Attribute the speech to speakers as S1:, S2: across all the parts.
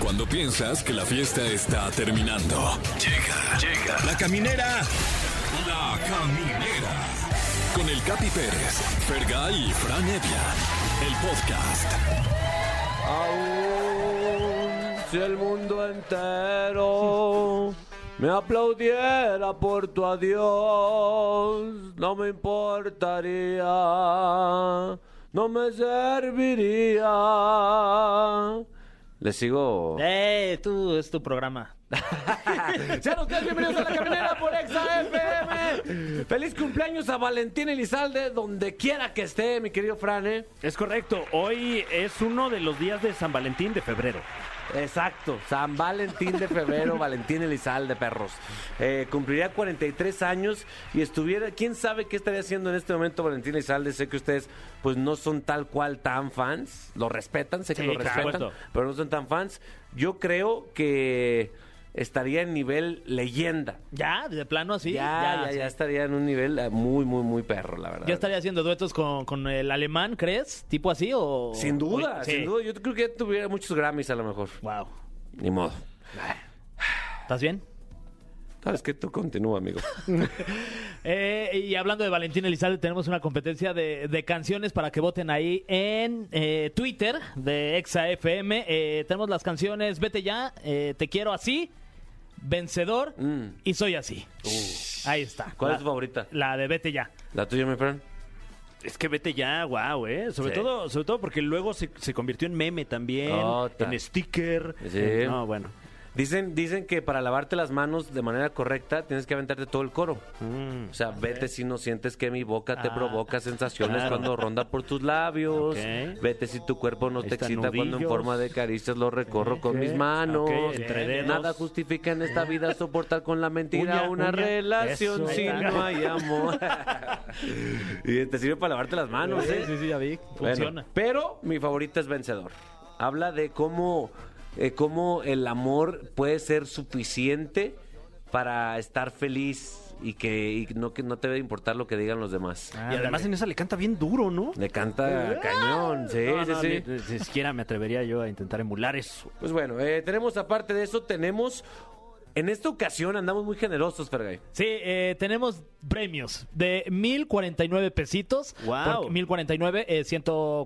S1: Cuando piensas que la fiesta está terminando. Llega, llega. La caminera. La caminera. Con el Capi Pérez, Fergay y Fran Evia. El podcast.
S2: Aún si el mundo entero me aplaudiera por tu adiós, no me importaría, no me serviría. Le sigo.
S3: Eh, tú, es tu programa.
S2: Sean ustedes bienvenidos a la caminera por Exa FM. Feliz cumpleaños a Valentín Elizalde, donde quiera que esté, mi querido Fran. ¿eh?
S4: Es correcto, hoy es uno de los días de San Valentín de febrero.
S2: Exacto, San Valentín de febrero, Valentín Elizalde, perros. Eh, cumpliría 43 años y estuviera, quién sabe qué estaría haciendo en este momento Valentín Elizalde. Sé que ustedes, pues no son tal cual tan fans, lo respetan, sé que
S4: Sí,
S2: lo
S4: por
S2: respetan,
S4: supuesto.
S2: pero no son tan fans. Yo creo que estaría en nivel leyenda.
S3: Ya, de plano así.
S2: ya, ya, ya,
S3: sí.
S2: estaría en un nivel eh, muy, muy, muy perro, la verdad.
S3: ¿Ya estaría haciendo duetos con, con el alemán, ¿crees? ¿Tipo así o...?
S2: Sin duda,
S3: o- sí.
S2: sin duda. Yo creo que ya tuviera muchos Grammys a lo mejor.
S3: Wow.
S2: Ni modo.
S3: ¿Estás bien?
S2: Sabes que tú continúa, amigo.
S3: Eh, y hablando de Valentín Elizalde, tenemos una competencia de, de canciones para que voten ahí en eh, Twitter de Exa FM. Eh, tenemos las canciones Vete Ya, eh, Te Quiero Así, Vencedor
S2: Mm.
S3: y Soy Así. Ahí está.
S2: ¿Cuál
S3: La-
S2: es tu favorita?
S3: La de Vete Ya.
S2: ¿La tuya, mi Fran?
S4: Es que vete ya, guau, ¿eh? Sobre,
S2: Sí.
S4: todo, sobre todo porque luego se, se convirtió en meme también,
S2: Ota.
S4: en sticker.
S2: Sí.
S4: en- Eh, No, bueno.
S2: Dicen, dicen que para lavarte las manos de manera correcta tienes que aventarte todo el coro.
S4: Mm,
S2: O sea, vete si no sientes que mi boca te
S3: Ah,
S2: provoca sensaciones
S4: claro.
S2: cuando ronda por tus labios.
S4: Ok.
S2: Vete si tu cuerpo no
S4: Ahí
S2: te
S4: están
S2: excita cuando en
S4: nudillos.
S2: forma de caricias lo recorro con
S4: Ok,
S2: mis manos.
S4: ok, entre dedos.
S2: Nada justifica en esta vida soportar con la mentira
S4: Uña,
S2: una
S4: uña.
S2: relación
S4: Eso.
S2: si
S4: Ahí está.
S2: no hay amor. y te sirve para lavarte las manos, ¿eh?
S3: sí, sí, ya vi.
S2: Bueno,
S3: Funciona.
S2: pero mi favorita es Vencedor. Habla de cómo, eh, cómo el amor puede ser suficiente para estar feliz y que, y no, que no te debe importar lo que digan los demás.
S4: y además en esa le canta bien duro, ¿no?
S2: Le canta cañón, sí,
S4: No,
S2: sí,
S4: no,
S2: sí.
S4: ni- Ni, siquiera me atrevería yo a intentar emular eso.
S2: Pues bueno, eh, tenemos aparte de eso, tenemos... En esta ocasión andamos muy generosos, Fergay.
S3: Sí, eh, tenemos premios de 1049 pesitos.
S4: Guau.
S3: Por- 1049, eh,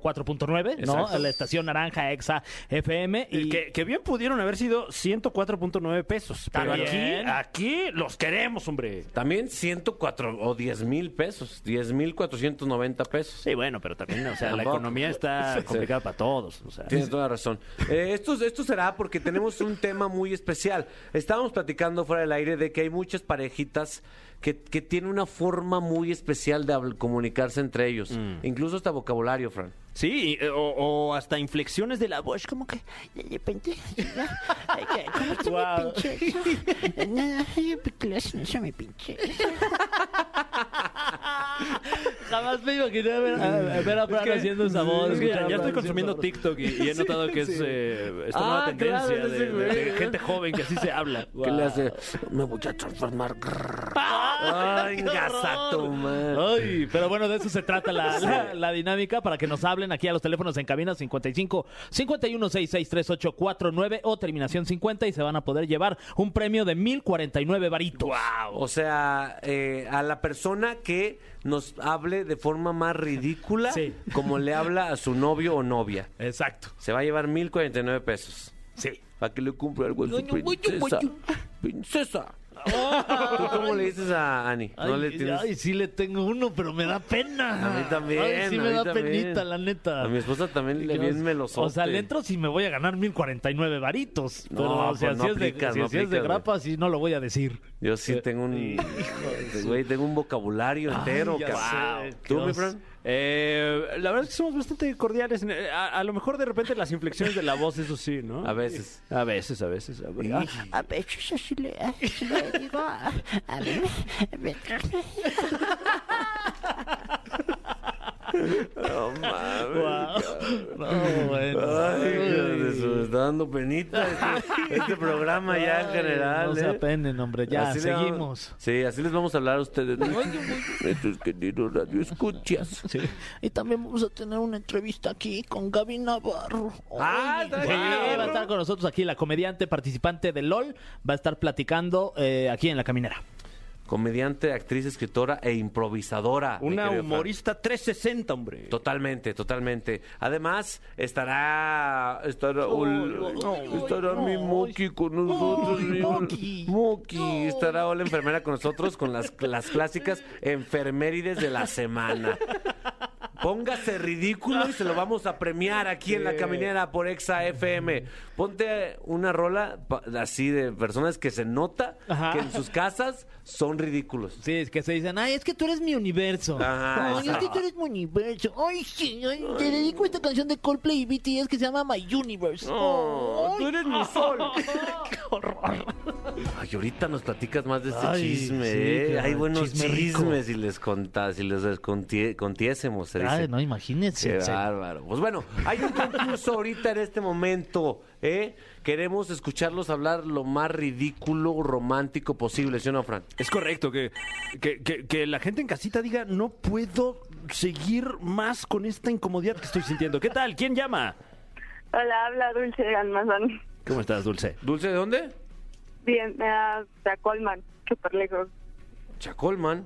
S3: 104.9, ¿no?
S2: Exacto.
S3: La estación naranja Exa FM. Y
S4: Que, que bien pudieron haber sido 104.9 pesos. Pero aquí,
S3: También.
S4: aquí los queremos, hombre.
S2: También 104 o 10 mil pesos, 10 mil 490 pesos.
S4: Sí, bueno, pero también, o sea, la
S2: Tampoco.
S4: economía está complicada para todos. O sea.
S2: Tienes toda la razón. Eh, esto, esto será porque tenemos un tema muy especial. Estábamos platicando fuera del aire de que hay muchas parejitas que, que tienen una forma muy especial de habl- comunicarse entre ellos.
S3: Mm.
S2: Incluso hasta vocabulario, Fran.
S4: Sí, eh, o, o hasta inflexiones de la voz, como que de repente.
S5: Ay, que- ¿Cómo está
S4: Guau.
S5: mi pinche? Nada, yo mi clase, no soy mi pinche.
S3: jamás me imaginé ver a, ver a Fran haciendo esa voz.
S4: Es que
S3: escuchar a Fran
S4: ya, ya estoy
S3: haciendo
S4: consumiendo
S3: esa voz.
S4: TikTok y, y he notado que es eh, esta
S2: Ah,
S4: nueva tendencia
S2: claro,
S4: de,
S2: ese
S4: de-
S2: güey,
S4: de
S2: ¿no?
S4: gente joven que así se habla.
S2: Que le hace, me voy a transformar. grrr". ¡Ay,
S3: qué
S2: gasato,
S3: horror!
S2: man!
S3: Ah. Ay, pero bueno, de eso se trata la, la- la dinámica para que nos hablen aquí a los teléfonos en cabina 55 51 66 38 49 o terminación 50 y se van a poder llevar un premio de 1049 varitos.
S2: O sea, eh, a la persona que nos hable de forma más ridícula,
S3: Sí.
S2: como le habla a su novio o novia.
S3: Exacto.
S2: Se va a llevar 1049 pesos. Sí. Para que le cumpla algo a su princesa. Princesa. ¿Tú cómo le dices a Ani? No le tienes.
S3: sí le tengo uno, pero me da pena.
S2: A mí también,
S3: Ay, sí
S2: a
S3: me
S2: mí
S3: da
S2: también.
S3: penita, la neta.
S2: A mi esposa también le
S3: Yo-
S2: bien melosote.
S3: O sea, le entro si me voy a ganar 1049 varitos.
S2: No,
S3: Pero, o sea,
S2: pues no
S3: si, es de-
S2: aplicas,
S3: si- si
S2: no
S3: es de
S2: aplicas, güey.
S3: grapa, sí no lo voy a decir.
S2: Yo sí
S3: Eh,
S2: tengo un. Güey, tengo un vocabulario entero,
S3: ya
S2: cabrón.
S3: sé, qué
S2: ¿Tú, mi
S3: os-
S2: Fran?
S4: Eh, la verdad es que somos bastante cordiales. en- eh, a, a lo mejor de repente las inflexiones de la voz, eso sí, ¿no?
S2: A veces.
S4: A veces, a veces. A veces. Ah,
S5: A veces así le, así le digo a, a mí, me- me-
S3: Guau. No, bueno.
S2: Ay, Dios de
S3: Ay.
S2: su- está dando penita este, este programa ya en
S3: Ay,
S2: general.
S3: No se
S2: ¿eh?
S3: apenen, hombre. Ya,
S2: Así le vamos-
S3: seguimos.
S2: sí, así les vamos a hablar a ustedes. Estos queridos radioescuchas.
S5: Y también vamos a tener una entrevista aquí con Gaby Navarro.
S2: Ah, está
S3: Sí, va a estar con nosotros aquí la comediante participante de LOL. Va a estar platicando eh, aquí en la caminera.
S2: Comediante, actriz, escritora e improvisadora. Ah, mi
S4: Una
S2: querido Fran.
S4: humorista 360, hombre.
S2: Totalmente, totalmente. Además, estará. Estará, Ol- estará mi Moki con nosotros. mi Ol-
S3: Moki.
S2: Moki. Estará la enfermera con nosotros con las, las clásicas enfermérides de la semana. Póngase ridículo y se lo vamos a premiar aquí en la caminera por Exa FM. Ponte una rola pa- así de personas que se nota
S3: Ajá.
S2: que en sus casas son ridículos.
S3: Sí, es que se dicen, ay, es que tú eres mi universo.
S2: Ajá,
S5: Ay, es que
S2: exacto.
S5: tú eres mi universo. Ay, sí, ay, te dedico a esta canción de Coldplay y BTS que se llama My Universe.
S2: Oh,
S5: Ay,
S2: tú eres mi sol. Ay, ahorita nos platicas más de este
S3: Ay,
S2: chisme,
S3: sí,
S2: ¿eh?
S3: claro,
S2: Hay buenos
S3: chisme rico.
S2: chismes si les contás, si les contie- contiésemos, se dice.
S3: Ay, Ah, no, imagínense.
S2: Qué
S3: en serio.
S2: bárbaro. Pues bueno, hay un concurso ahorita en este momento, ¿eh? Queremos escucharlos hablar lo más ridículo, romántico posible, ¿sí o no, Fran?
S4: Es correcto que, que, que- que la gente en casita diga, no puedo seguir más con esta incomodidad que estoy sintiendo. ¿Qué tal? ¿Quién llama?
S6: Hola, habla Dulce de Almazán.
S4: ¿Cómo estás, Dulce?
S2: ¿Dulce de dónde?
S6: Bien, eh, de Colman, súper lejos.
S3: Ah.
S2: Chacolman.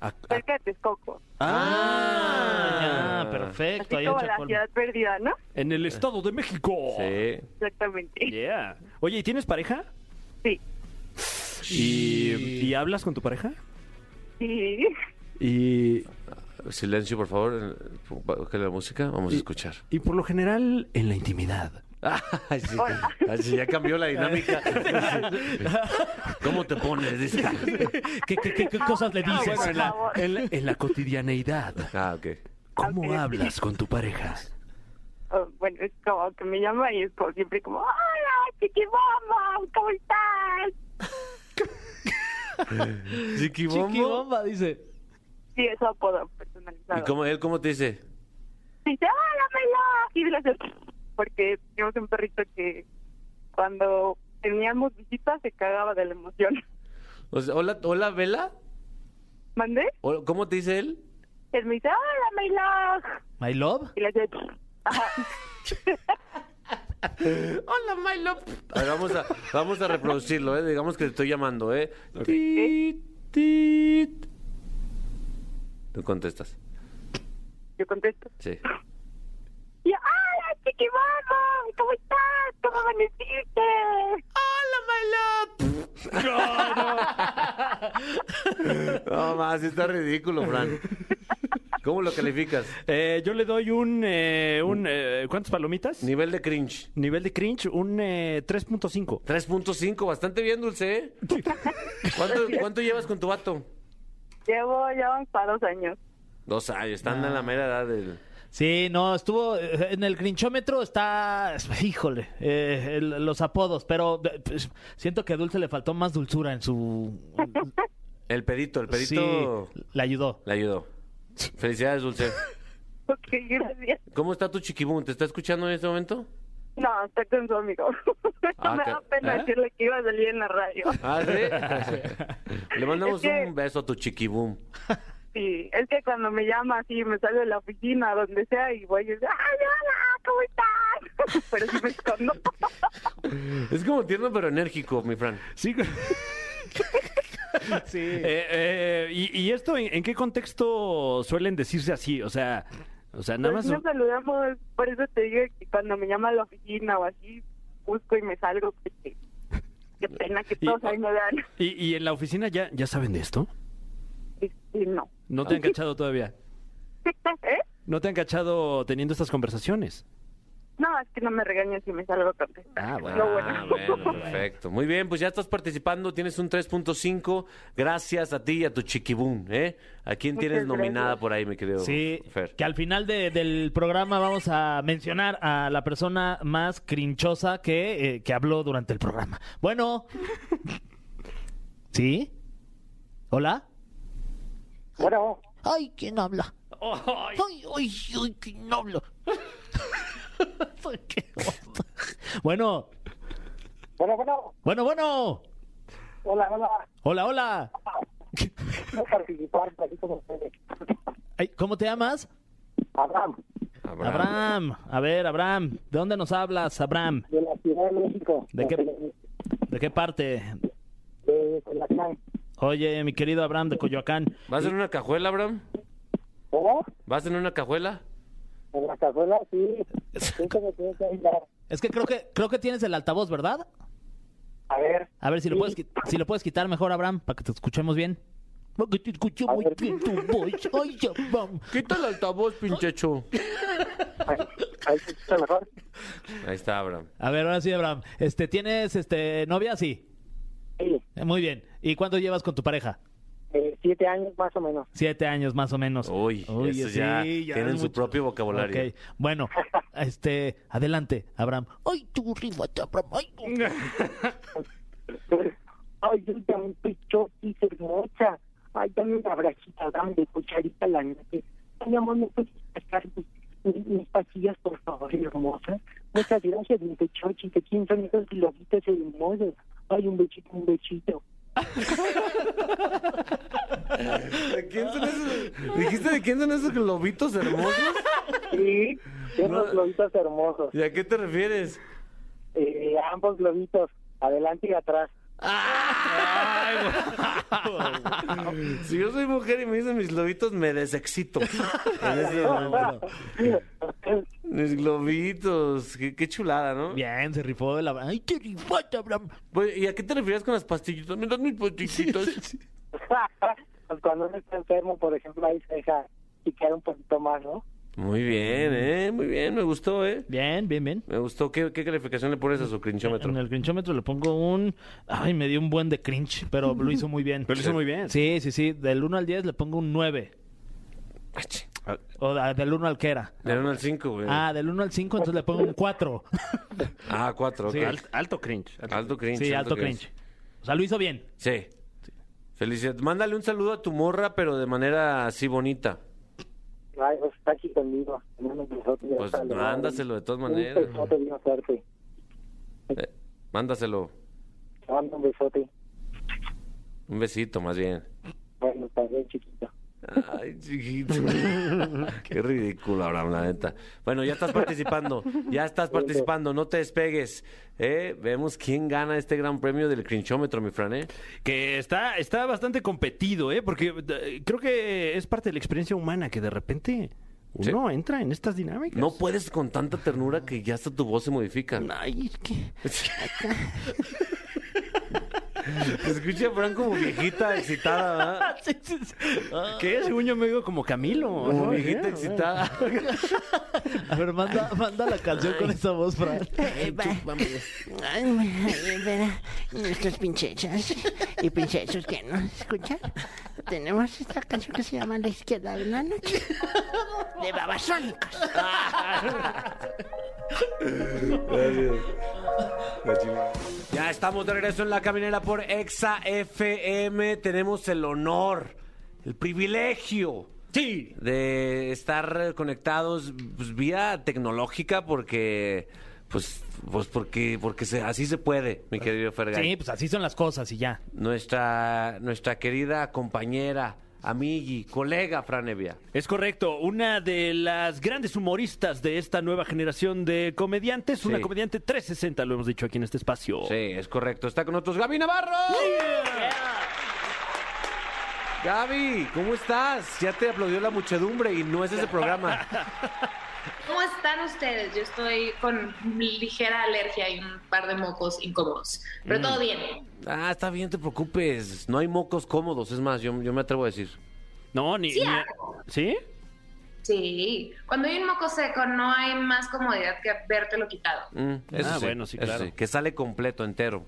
S2: A- a-
S6: Cerca de Texcoco.
S3: Ah, ya,
S6: Así
S3: perfecto. ahí en
S6: como la
S3: Chacolma.
S6: ciudad perdida, ¿no?
S4: En el Estado de México.
S2: Sí.
S6: Exactamente.
S4: Yeah. Oye, ¿y tienes pareja?
S6: Sí.
S4: ¿Y, um, y hablas con tu pareja?
S6: Sí.
S4: Y,
S2: Silencio, por favor. Que la música, vamos a escuchar.
S4: y por lo general, en la intimidad.
S2: Ay, sí. Ay, sí, ya cambió la dinámica. ¿Cómo te pones? Dice.
S3: ¿Qué, qué, qué- qué cosas le
S6: Ah,
S3: dices?
S6: bueno, en la- favor.
S4: en la- en la cotidianeidad.
S2: Ah, ok.
S4: ¿Cómo
S6: Ok.
S4: hablas con tu pareja?
S6: Oh, bueno, es como que me llama y es como siempre como, hola, chiquibombo, ¿cómo estás?
S2: ¿Y
S3: Chiquibomba, dice.
S6: Sí, eso apodo personalizado.
S2: cómo, él cómo te dice?
S6: Dice, hola, Melo. Y le hace- Porque teníamos un perrito que cuando teníamos visitas se cagaba de la emoción.
S2: O sea, hola, hola, Vela.
S6: ¿Mandé?
S2: O- ¿Cómo te dice él?
S6: Él me dice, hola, my love.
S3: ¿My love?
S6: Y le hace, ajá.
S2: Hola, my love. A ver, vamos, a, vamos a reproducirlo, ¿eh? Digamos que te estoy llamando, ¿eh? Tit, tit. Tú contestas.
S6: Yo contesto.
S2: Sí.
S6: Y yo, hola, chiquibombo, ¿cómo estás? ¿Cómo amaneciste?
S2: No, más, está ridículo, Fran. ¿Cómo lo calificas?
S4: Eh, yo le doy un... eh, un eh, ¿Cuántas palomitas?
S2: Nivel de cringe.
S4: Nivel de cringe, un eh, 3.5.
S2: 3.5, bastante bien, Dulce, ¿eh? ¿Cuánto, cuánto llevas con tu vato?
S6: Llevo, ya van para dos años.
S2: Dos años, están
S6: Ah.
S2: en la mera edad del...
S3: Sí, no, estuvo eh, en el crinchómetro está, híjole, eh, el- los apodos, pero eh, pues, siento que a Dulce le faltó más dulzura en su...
S2: El pedito, el
S3: Sí,
S2: pedito
S3: le ayudó.
S2: le ayudó. Felicidades, Dulce.
S6: Ok, gracias.
S2: ¿Cómo está tu chiquibum? ¿Te está escuchando en este momento?
S6: No, está con su amigo.
S2: Ah,
S6: me
S2: que-
S6: da pena
S2: ¿eh?
S6: decirle que iba a salir en la radio.
S2: Ah, sí. Le mandamos
S6: Es que-
S2: un beso a tu chiquibum.
S6: Sí, es que cuando me llama así, me salgo de la oficina, donde sea, y voy y digo, ay, hola, ¿cómo estás? Pero sí me escondo.
S2: Es como tierno pero enérgico, mi Fran.
S4: Sí. Eh, eh, y, y esto en, en qué contexto suelen decirse así? O sea, o sea
S6: Pero
S4: nada más...
S6: Pues sí nos saludamos, por eso te digo que cuando me llama a la oficina o así, busco y me salgo, porque qué pena que todos ahí me vean.
S4: ¿Y, y en la oficina ya, ya saben de esto?
S6: Este, no.
S4: ¿No te han cachado todavía?
S6: ¿Eh?
S4: ¿No te han cachado teniendo estas conversaciones?
S6: No, es que no me regañes si me salgo a contestar.
S4: Ah,
S6: bueno. Lo bueno.
S2: Ah, bueno, perfecto. Muy bien, pues ya estás participando, tienes un 3.5. Gracias a ti y a tu chiquibum, ¿eh? ¿A quién
S6: Muchas
S2: tienes nominada
S6: gracias.
S2: por ahí, mi querido
S3: Sí,
S2: Fer?
S3: que al final de- del programa vamos a mencionar a la persona más crinchosa que, eh, que habló durante el programa. Bueno. ¿Sí? ¿Hola?
S5: Ay, ¿quién habla?
S3: Ay,
S7: Ay, ay, ay, qué noble.
S3: qué guapo. bueno,
S8: Bueno, bueno,
S3: bueno, bueno.
S8: hola, hola,
S3: Hola, hola.
S8: voy a participar aquí con ustedes.
S3: Ay, ¿Cómo te llamas?
S8: Abraham,
S3: Abraham. A ver, Abraham, ¿de dónde nos hablas, Abraham?
S8: de la Ciudad de México.
S3: ¿De qué, de qué parte?
S8: De Coyoacán.
S3: Oye, mi querido Abraham de Coyoacán.
S2: ¿Vas en una cajuela, Abraham?
S8: ¿Cómo?
S2: ¿Vas en una cajuela?
S8: En la cazuela, sí. Sí, que me tiene que ayudar.
S3: Es que creo que creo que tienes el altavoz, ¿verdad?
S8: A ver,
S3: A ver si lo puedes qui- si lo puedes quitar mejor, Abraham, para que te escuchemos bien.
S7: Para que te escuche muy
S8: ver.
S7: bien tu voz. Ay, ya vamos.
S2: Quita el altavoz, pinchecho.
S8: ahí ahí se escucha mejor.
S2: Ahí está, Abraham.
S3: A ver, ahora sí, Abraham. Este, ¿tienes este novia? Sí.
S8: Sí,
S3: Eh, Muy bien. ¿Y cuánto llevas con tu pareja?
S8: eh, siete años más o menos.
S3: Siete años más o menos.
S2: Uy, eso ya tienen
S3: es
S2: su propio vocabulario.
S3: Ok, Bueno, este, adelante, Abraham.
S7: Ay, tú rímate, Abraham. Ay, no.
S8: Ay, yo también picho, sí, hermosa. Ay, dame una bracita, dame de cucharita la noche. Ay, amor, ¿me puedes sacar mis, mis, mis pastillas, por favor, hermosa? Muchas gracias, mi pechochi, que quién son esos globitos hermosos. Ay, un bechito, un bechito.
S2: ¿De quién son esos? ¿Dijiste de quién son esos globitos hermosos?
S8: Sí,
S2: No.
S8: esos globitos hermosos.
S2: ¿Y a qué te refieres?
S8: Eh, ambos globitos, adelante y atrás.
S2: Si yo soy mujer y me dicen mis globitos, me desexcito. En ese momento. Mis globitos, qué, qué chulada, ¿no?
S3: Bien, se rifó este el Abraham.
S7: Ay, te rímate, Abraham.
S2: Pues, ¿Y a qué te refieres con las pastillitas? ¿Me das mis pastillitas?
S8: Pues Cuando uno está enfermo, por ejemplo, ahí se deja picar un poquito más, ¿no?
S2: Muy bien, ¿eh? Muy bien, me gustó, ¿eh?
S3: Bien, bien, bien.
S2: Me gustó. ¿Qué, qué calificación le pones a su crinchómetro?
S3: En el crinchómetro le pongo un. Ay, me dio un buen de cringe, pero lo hizo muy bien.
S4: Pero lo hizo muy bien.
S3: Sí, sí, sí. Del 1 al 10 le pongo un 9. O da- del 1 al que era.
S2: Le uno al 5, güey.
S3: Ah, del 1 al 5, entonces le pongo un 4.
S2: Ah, 4,
S3: Sí.
S4: Al- alto cringe. alto
S2: Alto cringe.
S3: Sí, alto cringe. O sea, lo hizo bien.
S2: Sí. Felicidades. Mándale un saludo a tu morra, pero de manera así bonita.
S8: Ay, pues está aquí conmigo. en unos besotes, ya
S2: Pues,
S8: está, le mando
S2: mándaselo de todas maneras.
S8: Un besote bien fuerte.
S2: Eh, mándaselo.
S8: Te mando un besote.
S2: Un besito, más bien.
S8: Bueno, está bien chiquito.
S2: Ay, chiquito. Qué ridículo, Abraham, la neta. Bueno, ya estás participando. Ya estás participando. No te despegues. ¿eh? Vemos quién gana este gran premio del crinchómetro, mi Fran. ¿eh?
S4: Que está, está bastante competido, ¿eh? Porque eh, creo que es parte de la experiencia humana que de repente
S2: Sí.
S4: uno entra en estas dinámicas.
S2: No puedes con tanta ternura que ya hasta tu voz se modifica.
S4: Ay, es que...
S2: Escucha a Fran como viejita excitada, ¿verdad?
S4: Que según yo me digo como Camilo.
S2: Como
S4: ¿no?
S2: viejita
S4: Sí,
S2: excitada.
S3: A ver, manda, manda la canción con esa voz, Fran.
S9: Ay, ay, verá, nuestros pinchechas y pinchechos que nos escuchan. Tenemos esta canción que se llama La izquierda de la noche de Babasónicos.
S2: Ya estamos de regreso en la caminera por Exa FM. Tenemos el honor, el privilegio. Sí. De estar conectados pues, vía tecnológica porque pues pues porque porque se- así se puede, mi querido Fergay.
S3: Sí, pues así son las cosas y ya.
S2: Nuestra nuestra querida compañera, amigui, colega Franevia.
S4: Es correcto, una de las grandes humoristas de esta nueva generación de comediantes, una
S2: Sí.
S4: comediante 360, lo hemos dicho aquí en este espacio.
S2: Sí, es correcto. Está con nosotros Gaby Navarro. Gaby, ¿cómo estás? Ya te aplaudió la muchedumbre y no es ese programa.
S10: ¿Cómo están ustedes? Yo estoy con ligera alergia y un par de mocos incómodos, pero todo bien.
S2: Ah, está bien, te preocupes. No hay mocos cómodos, es más, yo, yo me atrevo a decir.
S4: No, ni...
S10: Sí,
S4: ni-
S10: ah.
S4: ¿Sí?
S10: Sí, cuando hay un moco seco no hay más comodidad que vértelo quitado.
S2: Mm, eso
S4: Ah, bueno, sí,
S2: eso
S4: claro.
S2: que sale completo, entero,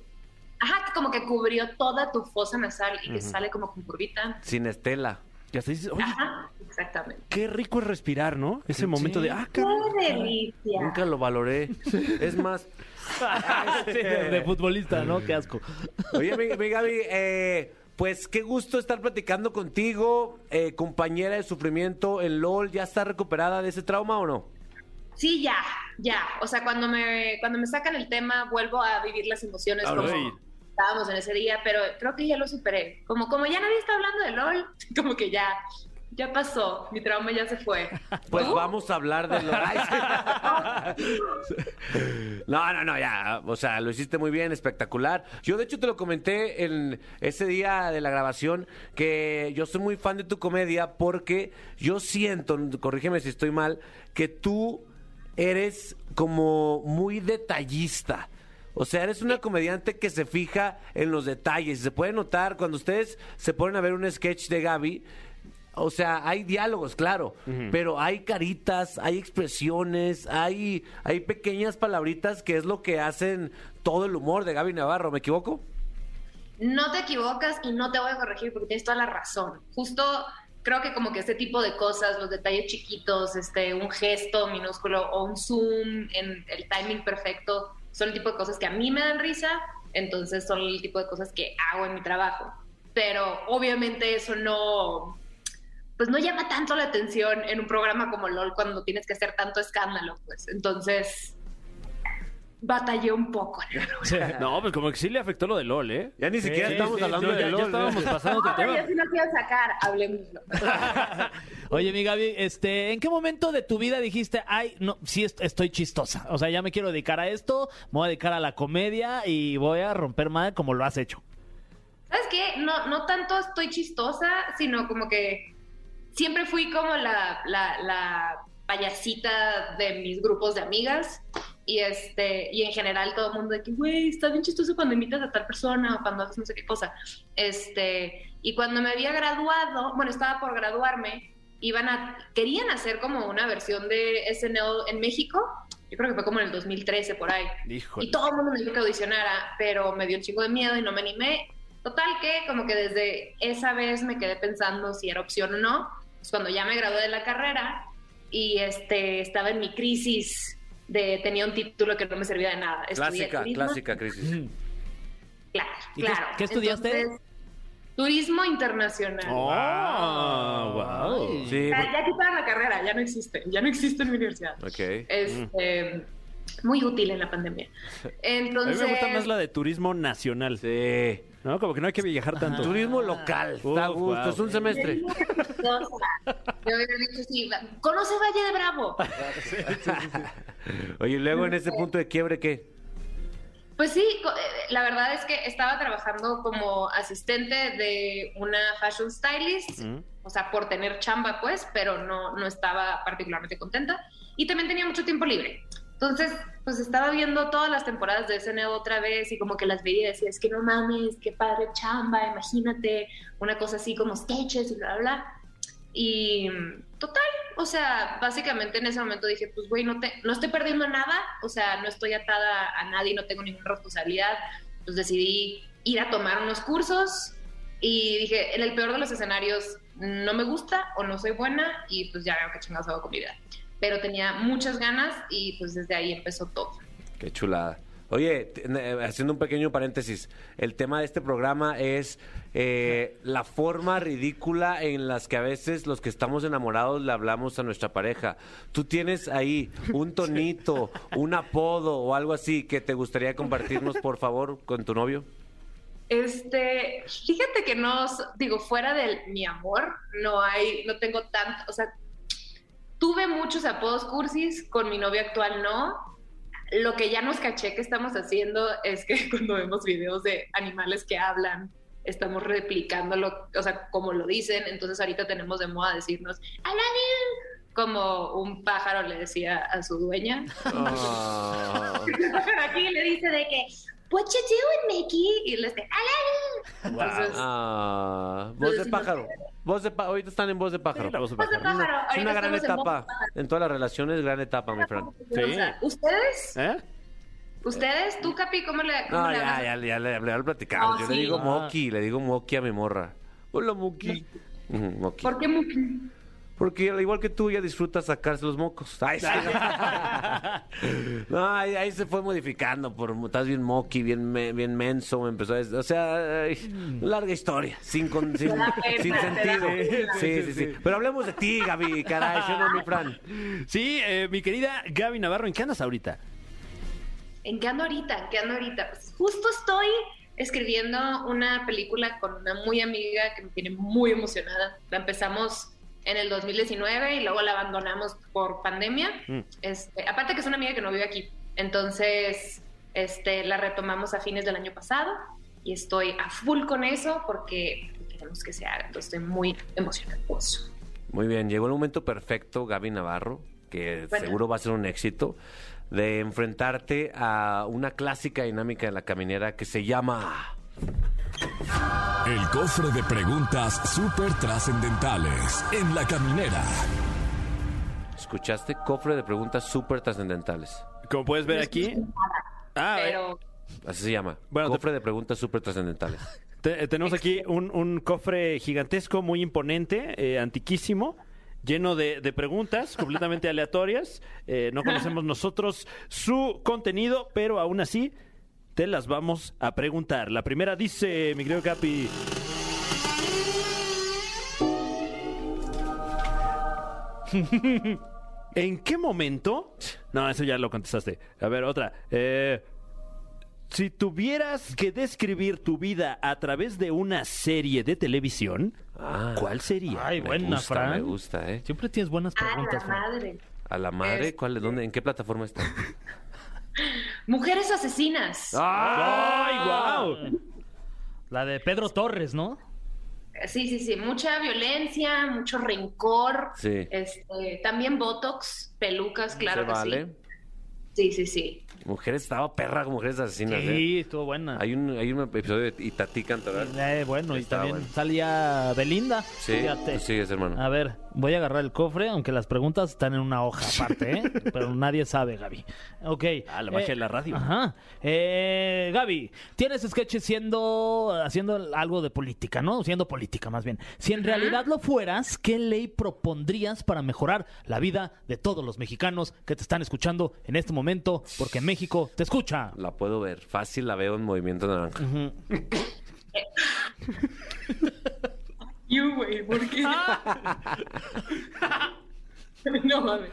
S10: Ajá, que como que cubrió toda tu fosa nasal y que sale como con curvita.
S2: sin estela.
S4: Ya hasta dices, oye,
S10: Ajá, exactamente.
S4: qué rico es respirar, ¿no? Ese momento de, ah,
S10: ¡Qué
S4: caray.
S10: delicia!
S2: Nunca lo valoré. Es más,
S3: Sí, de, de futbolista, ¿no? Qué asco.
S2: oye, mi, mi Gaby, eh, Pues qué gusto estar platicando contigo, eh, compañera de sufrimiento en LOL. ¿Ya está recuperada de ese trauma o no?
S10: Sí, ya, ya. O sea, cuando me, cuando me sacan el tema, vuelvo a vivir las emociones
S4: A
S10: como
S4: reír.
S10: estábamos en ese día, pero creo que ya lo superé. Como, como ya nadie está hablando de LOL, como que ya, ya pasó, mi trauma ya se fue.
S2: Pues
S10: ¿Tú?
S2: vamos a hablar de los... No, no, no, ya. O sea, lo hiciste muy bien, espectacular. Yo, de hecho, te lo comenté en ese día de la grabación que yo soy muy fan de tu comedia porque yo siento, corrígeme si estoy mal, que tú eres como muy detallista. O sea, eres una comediante que se fija en los detalles. Se puede notar cuando ustedes se ponen a ver un sketch de Gaby. O sea, hay diálogos, claro, pero hay caritas, hay expresiones, hay, hay pequeñas palabritas que es lo que hacen todo el humor de Gaby Navarro, ¿me equivoco?
S10: No te equivocas y no te voy a corregir porque tienes toda la razón. Justo creo que como que este tipo de cosas, los detalles chiquitos, este, un gesto minúsculo o un zoom en el timing perfecto, son el tipo de cosas que a mí me dan risa, entonces son el tipo de cosas que hago en mi trabajo. Pero obviamente eso no, pues no llama tanto la atención en un programa como LOL cuando tienes que hacer tanto escándalo, pues. Entonces, batallé un poco.
S4: No, pues como que sí le afectó lo de LOL, ¿eh?
S2: Ya ni siquiera
S4: Sí,
S2: estamos
S4: sí,
S2: hablando
S4: no,
S2: de
S4: ya- ya
S2: LOL.
S4: estábamos pasando otro
S10: Ahora
S4: tema.
S10: yo sí lo quiero sacar, hablemoslo.
S3: Oye, mi Gaby, este, ¿en qué momento de tu vida dijiste, ay, no, sí est- estoy chistosa? O sea, ya me quiero dedicar a esto, me voy a dedicar a la comedia y voy a romper madre como lo has hecho.
S10: ¿Sabes qué? No, no tanto estoy chistosa, sino como que siempre fui como la, la, la payasita de mis grupos de amigas. Y, este, y en general todo el mundo de que, güey, está bien chistoso cuando invitas a tal persona o cuando haces no sé qué cosa. Este, y cuando me había graduado, bueno, estaba por graduarme, iban a, querían hacer como una versión de SNL en México. Yo creo que fue como en el 2013 por ahí.
S4: Híjole.
S10: Y todo el mundo me dijo que audicionara, pero me dio un chingo de miedo y no me animé. Total que como que desde esa vez me quedé pensando si era opción o no. Pues cuando ya me gradué de la carrera y este estaba en mi crisis de tenía un título que no me servía de nada. Estudié
S2: Clásica,
S10: turismo.
S2: clásica crisis.
S4: Mm.
S10: Claro,
S3: ¿Y qué-
S10: claro.
S3: qué estudiaste?
S10: turismo internacional.
S4: Oh, Ah, wow.
S2: Sí, pues
S10: Ya, ya quitaron la carrera, ya no existe, ya no existe en mi universidad.
S4: Mm.
S2: porque- ok.
S10: Este, muy útil en la pandemia.
S4: A mí
S10: Entonces,
S4: me gusta más la de turismo nacional.
S2: Sí.
S4: ¿No? Como que no hay que viajar tanto.
S2: Turismo local,
S4: Uf,
S2: está a gusto,
S4: wow.
S2: es un semestre.
S10: Yo hubiera dicho, sí, va- ¿conoces Valle de Bravo?
S2: Oye, y luego en ese punto de quiebre, ¿qué?
S10: Pues sí, co- eh, la verdad es que estaba trabajando como asistente de una fashion stylist, o sea, por tener chamba, pues, pero no, no estaba particularmente contenta. Y también tenía mucho tiempo libre. Entonces, pues estaba viendo todas las temporadas de SNL otra vez y como que las veía y decía, es que no mames, qué padre chamba, imagínate, una cosa así como sketches y bla, bla, bla. Y mm, total, o sea, básicamente en ese momento dije, pues güey, no, te, no estoy perdiendo nada, o sea, no estoy atada a nadie, no tengo ninguna responsabilidad. Pues decidí ir a tomar unos cursos y dije, en el peor de los escenarios, no me gusta o no soy buena y pues ya veo que chingados hago con mi vida. Pero tenía muchas ganas y pues desde ahí empezó todo.
S2: Qué chulada. Oye, te- eh, haciendo un pequeño paréntesis, el tema de este programa es eh, la forma ridícula en las que a veces los que estamos enamorados le hablamos a nuestra pareja. ¿Tú tienes ahí un tonito, un apodo o algo así que te gustaría compartirnos, por favor, con tu novio?
S10: Este, fíjate que no, s- digo, fuera de mi amor, no hay, no tengo tanto, o sea, tuve muchos apodos cursis, con mi novio actual no. Lo que ya nos caché que estamos haciendo es que cuando vemos videos de animales que hablan, estamos replicándolo, o sea, como lo dicen, entonces ahorita tenemos de moda decirnos, Aladdin, como un pájaro le decía a su dueña. Ah. Pero aquí le dice de que, what you doing, Mickey? Y le dice, Aladdin. Entonces,
S2: Ah, voz de pájaro. Voz de pa- Ahorita están en voz de pájaro.
S4: Sí, la voz de
S10: Voz de
S4: pájaro.
S10: pájaro.
S2: Es
S10: Ahorita
S2: una
S10: estamos
S2: gran
S10: en voz de
S2: etapa.
S10: pájaro.
S2: En todas las relaciones, gran etapa, mi Fran.
S10: O sea, ¿Ustedes?
S4: ¿Eh?
S10: ¿Ustedes? ¿Tú, Capi? ¿Cómo le, cómo
S2: No,
S10: le
S2: ya,
S10: hablas?
S2: ya, ya, le- le- le platicamos.
S10: Ah,
S2: Yo
S10: sí.
S2: le digo
S10: Ah.
S2: Moki, le digo Moki a mi morra. Hola, Moki. Ujú, Moki.
S10: ¿Por qué Muki?
S2: Porque al igual que tú, ella disfruta sacarse los mocos. Ay, sí. No, ahí, ahí se fue modificando. Por, estás bien moqui, bien, me- bien menso. Empezó a, o sea, ay, larga historia. Sin, con- sin,
S10: da pena,
S2: sin
S10: te da
S2: sentido.
S10: pena.
S2: Sí, sí, sí. Pero hablemos de ti, Gaby. Caray, yo no, mi Fran.
S4: Sí, eh, mi querida Gaby Navarro, ¿en qué andas ahorita?
S10: ¿En qué ando ahorita? ¿En qué ando ahorita? Pues justo estoy escribiendo una película con una muy amiga que me tiene muy emocionada. La empezamos en el 2019 y luego la abandonamos por pandemia.
S2: Mm.
S10: Este, aparte que es una amiga que no vive aquí. Entonces, este, la retomamos a fines del año pasado y estoy a full con eso porque queremos que se haga. Entonces, estoy muy emocionada por eso.
S2: Muy bien, llegó el momento perfecto, Gaby Navarro, que
S10: Bueno.
S2: seguro va a ser un éxito, de enfrentarte a una clásica dinámica de la caminera que se llama...
S1: El cofre de preguntas súper trascendentales en la caminera.
S2: ¿Escuchaste? Cofre de preguntas súper trascendentales.
S4: Como puedes ver aquí. Ah,
S10: Pero.
S2: Así se llama.
S4: Bueno, te-
S2: Cofre de preguntas súper trascendentales.
S4: Te- eh, tenemos aquí un, un cofre gigantesco, muy imponente, eh, antiquísimo, lleno de, de preguntas completamente aleatorias. Eh, no conocemos nosotros su contenido, pero aún así te las vamos a preguntar. La primera dice, mi querido Capi, ¿en qué momento? No, eso ya lo contestaste. A ver, otra. Eh, si tuvieras que describir tu vida a través de una serie de televisión,
S2: Ah.
S4: ¿cuál sería?
S3: Ay,
S2: Me
S3: buena,
S2: gusta,
S3: Fran.
S2: Me gusta, ¿eh?
S3: Siempre tienes buenas
S10: A
S3: preguntas,
S10: Ah, la
S3: Fran.
S10: madre.
S2: A la madre,
S10: Este-
S2: ¿cuál es? ¿Dónde? ¿En qué plataforma está?
S10: Mujeres asesinas.
S2: Ah.
S4: ¡Ay, guau!
S3: La de Pedro Torres, ¿no?
S10: Sí, sí, sí, mucha violencia, mucho rencor,
S2: Sí.
S10: este, también botox, pelucas, claro
S2: ¿Se
S10: que
S2: vale?
S10: sí. Sí, sí, sí.
S2: Mujeres, estaba perra con mujeres asesinas, ¿eh?
S3: Sí, estuvo buena.
S2: Hay un, hay un episodio de Itatí Cantoral.
S3: Eh, bueno, y
S2: Está
S3: también
S2: bueno.
S3: salía Belinda.
S2: Sí,
S3: Fíjate.
S2: tú sigues, hermano.
S3: A ver, voy a agarrar el cofre, aunque las preguntas están en una hoja aparte, ¿eh? pero nadie sabe, Gaby. Ok.
S4: Ah, la magia
S3: Eh,
S4: de la radio.
S3: Ajá. Eh, Gaby, tienes sketches siendo, haciendo algo de política, ¿no? Siendo política, más bien. Si en realidad lo fueras, ¿qué ley propondrías para mejorar la vida de todos los mexicanos que te están escuchando en este momento? Porque México te escucha.
S2: La puedo ver. Fácil la veo en Movimiento Naranja.
S10: You, güey, ¿por qué? no mames.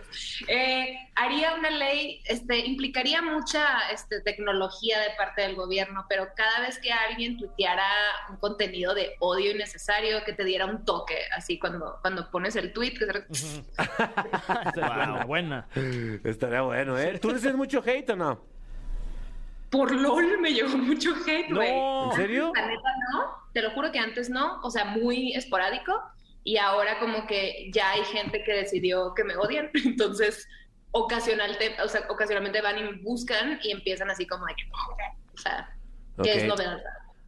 S10: Eh, haría una ley, este, implicaría mucha este, tecnología de parte del gobierno, pero cada vez que alguien tuiteara un contenido de odio innecesario, que te diera un toque, así cuando, cuando pones el tweet, que te-
S2: Ah,
S3: Buena, Este, ah, buena.
S2: Estaría bueno, ¿eh? ¿Tú recibes mucho hate o no?
S10: por LOL me llegó mucho hate, güey.
S2: ¿En serio?
S10: La neta no, te lo juro que antes no, o sea, muy esporádico y ahora como que ya hay gente que decidió que me odian, entonces ocasionalmente, o sea, ocasionalmente van y me buscan y empiezan así como de que, o sea, que es
S2: Ok.
S10: novedad.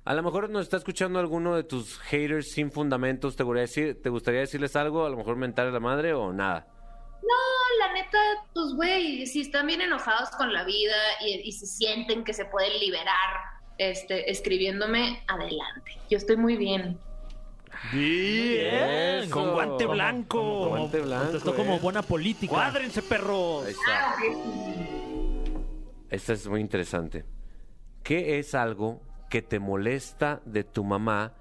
S2: A lo mejor nos está escuchando alguno de tus haters sin fundamentos. ¿Te gustaría, decir, ¿Te gustaría decirles algo? A lo mejor mentarle a la madre o nada.
S10: No, la neta, pues güey, si están bien enojados con la vida y, y si sienten que se pueden liberar este, escribiéndome, adelante. Yo estoy muy bien.
S4: Bien, con
S2: Eso.
S4: guante
S2: Como-
S4: blanco.
S2: como- Guante blanco,
S3: Contestó
S2: eh.
S3: como buena política.
S4: Cuádrense, perros.
S2: Ahí está. Esta es muy interesante. ¿Qué es algo que te molesta de tu mamá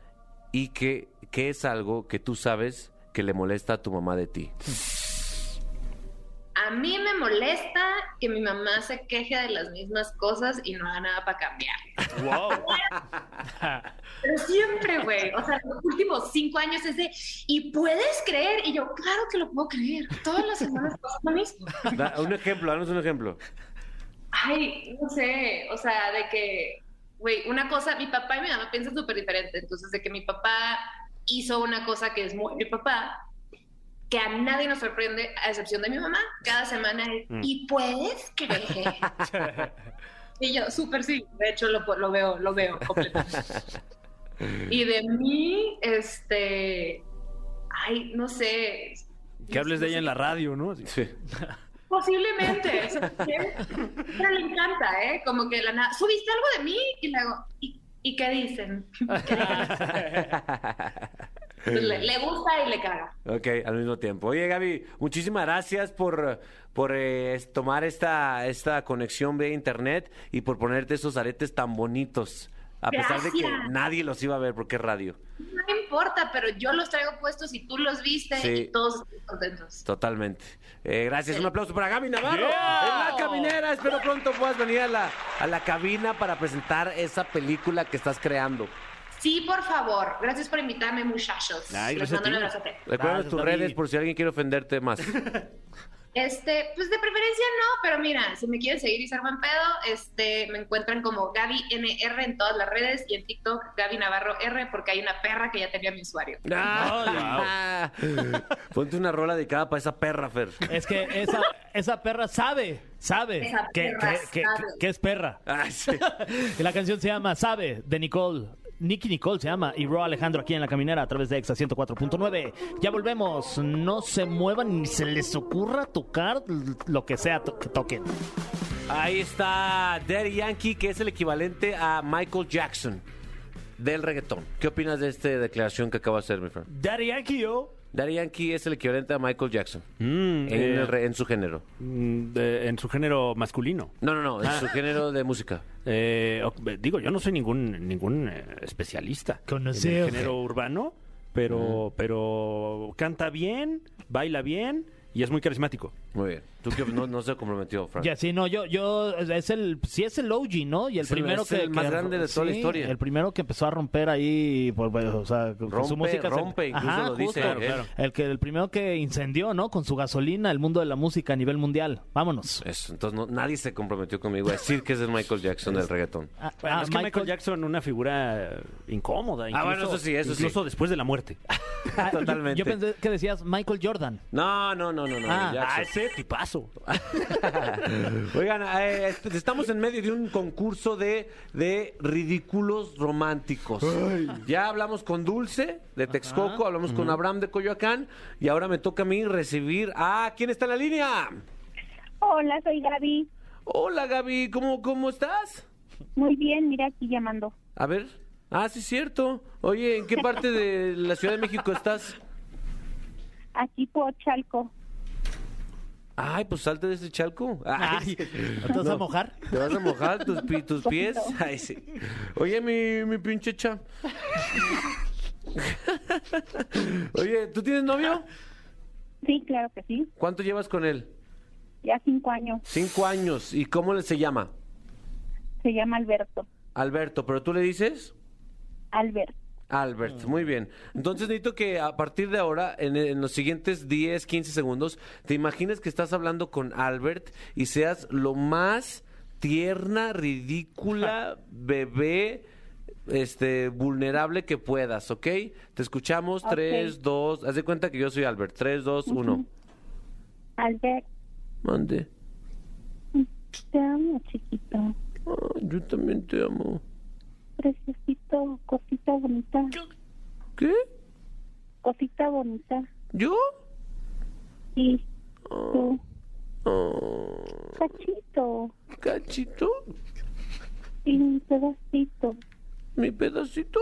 S2: y qué, qué es algo que tú sabes que le molesta a tu mamá de ti?
S10: A mí me molesta que mi mamá se queje de las mismas cosas y no haga nada para cambiar.
S4: Wow.
S10: Pero siempre, güey. O sea, los últimos cinco años es de, ¿y puedes creer? Y yo, claro que lo puedo creer. Todas las semanas pasa lo mismo.
S2: Da- un ejemplo, danos un ejemplo.
S10: Ay, no sé, o sea, de que, güey, una cosa, mi papá y mi mamá piensan súper diferente, entonces de que mi papá hizo una cosa que es muy mi papá, que a nadie nos sorprende, a excepción de mi mamá, cada semana es, ¿y puedes creer? y yo, súper sí, de hecho lo, lo veo, lo veo completamente. y de mí, este, ay, no sé.
S4: Que hables de ella en la radio, ¿no? Así.
S10: Posiblemente, o sea, ¿qué? pero le encanta, ¿eh? Como que de la nada, subiste algo de mí y le hago, ¿y, y qué dicen? ¿Qué dicen? Le, le gusta y le caga.
S2: Ok, al mismo tiempo. Oye, Gaby, muchísimas gracias por, por eh, tomar esta, esta conexión vía internet y por ponerte esos aretes tan bonitos. A pesar de que
S10: Gracias.
S2: nadie los iba a ver porque es radio.
S10: No me importa, pero yo los traigo puestos y tú los viste
S2: Sí.
S10: y todos están contentos.
S2: Totalmente. Eh, gracias. Un aplauso para Gaby Navarro.
S4: Yeah.
S2: En la caminera. Espero pronto puedas venir a la, a la cabina para presentar esa película que estás creando.
S10: Sí, por favor. Gracias por invitarme, muchachos.
S4: Ay,
S10: Les
S4: gracias a
S10: mando un
S4: ti.
S10: abrazote.
S2: Recuerda
S4: Gracias,
S2: tus
S4: David.
S2: redes por si alguien quiere ofenderte más.
S10: Este, pues de preferencia no, pero mira, si me quieren seguir y ser buen pedo, este, me encuentran como Gaby NR en todas las redes y en TikTok Gaby Navarro R porque hay una perra que ya tenía mi usuario.
S2: Ah. Ponte una rola dedicada para esa perra, Fer.
S3: Es que esa, esa perra sabe, sabe
S10: Esa
S3: que,
S10: perra
S3: que- que-
S10: sabe.
S3: que es perra.
S2: Ah, sí.
S3: Y la canción se llama Sabe, de Nicole. Nicky Nicole se llama y Ro Alejandro aquí en la caminera a través de Exa 104.9. Ya volvemos. No se muevan ni se les ocurra tocar lo que sea to- que toquen.
S2: Ahí está Daddy Yankee, que es el equivalente a Michael Jackson del reggaetón. ¿Qué opinas de esta declaración que acaba de hacer, mi friend?
S3: Daddy Yankee, yo.
S2: Daddy Yankee es el equivalente a Michael Jackson
S4: Mm,
S2: en,
S4: eh,
S2: el re- en su género.
S4: mm, de- en su género masculino.
S2: No, no, no, en su género de música.
S4: Eh, o- digo, yo no soy ningún ningún eh, especialista en
S3: Conocido.
S4: el género urbano, pero pero canta bien, baila bien y es muy carismático.
S2: Muy bien. ¿Tú qué op- no, no se comprometió, Frank?
S3: Ya, sí, no, yo, yo, es el, sí es el OG, ¿no? Y el
S2: Es el-
S3: primero
S2: es
S3: que.
S2: el más
S3: que-
S2: grande de toda la
S3: sí,
S2: historia.
S3: El primero que empezó a romper ahí, por, pues, o sea, con
S2: Rompe,
S3: su música. se-
S2: rompe, incluso lo dice
S3: justo.
S2: él.
S3: El, que, el primero que incendió, ¿no? Con su gasolina, el mundo de la música a nivel mundial. Vámonos.
S2: Eso, entonces no- nadie se comprometió conmigo a decir que es el Michael Jackson del reggaetón.
S3: Ah,
S4: Bueno,
S3: ah,
S4: es que Michael, Jackson una figura eh, incómoda. Incluso,
S2: bueno, eso sí, eso sí.
S4: incluso después de la muerte.
S3: Ah, yo-
S2: Totalmente.
S3: Yo pensé que decías Michael Jordan.
S2: No, no, no, no, no.
S3: Ah,
S4: Ah,
S2: Jackson.
S4: ese tipazo.
S2: Oigan, eh, est- estamos en medio de un concurso de, de ridículos románticos. Ya hablamos con Dulce de Texcoco, hablamos con Abraham de Coyoacán y ahora me toca a mí recibir a... ¿Quién está en la línea?
S8: Hola, soy Gaby.
S2: Hola Gaby, ¿cómo, cómo estás?
S8: Muy bien, mira aquí llamando.
S2: A ver. Ah, sí, es cierto. Oye, ¿en qué parte de la Ciudad de México estás?
S8: Aquí Pochalco.
S2: Ay, pues salte de ese chalco.
S3: Ay,
S2: Ay,
S3: ¿te vas a mojar?
S2: ¿Te vas a mojar tus, pi- tus pies? Ay, sí. Oye, mi, mi pinche cha. Oye, ¿tú tienes novio?
S8: Sí, claro que sí.
S2: ¿Cuánto llevas con él?
S8: Ya cinco años.
S2: Cinco años. ¿Y cómo le- se llama?
S8: Se llama Alberto.
S2: Alberto, pero tú le dices
S8: Albert.
S2: Albert. Muy bien. Entonces necesito que a partir de ahora, en, en los siguientes 10, 15 segundos, te imagines que estás hablando con Albert y seas lo más tierna, ridícula, bebé, este, vulnerable que puedas, ¿ok? Te escuchamos.
S8: Ok.
S2: 3, 2, haz de cuenta que yo soy Albert. 3, 2, 1.
S8: Albert.
S2: Mande.
S8: Te amo, chiquito.
S2: Ah, yo también te amo.
S8: Preciosito. Cosita bonita.
S2: ¿Qué?
S8: Cosita bonita.
S2: ¿Yo?
S8: Y tú. Cachito.
S2: Ah, ¿Cachito?
S8: Y un pedacito.
S2: ¿Mi pedacito?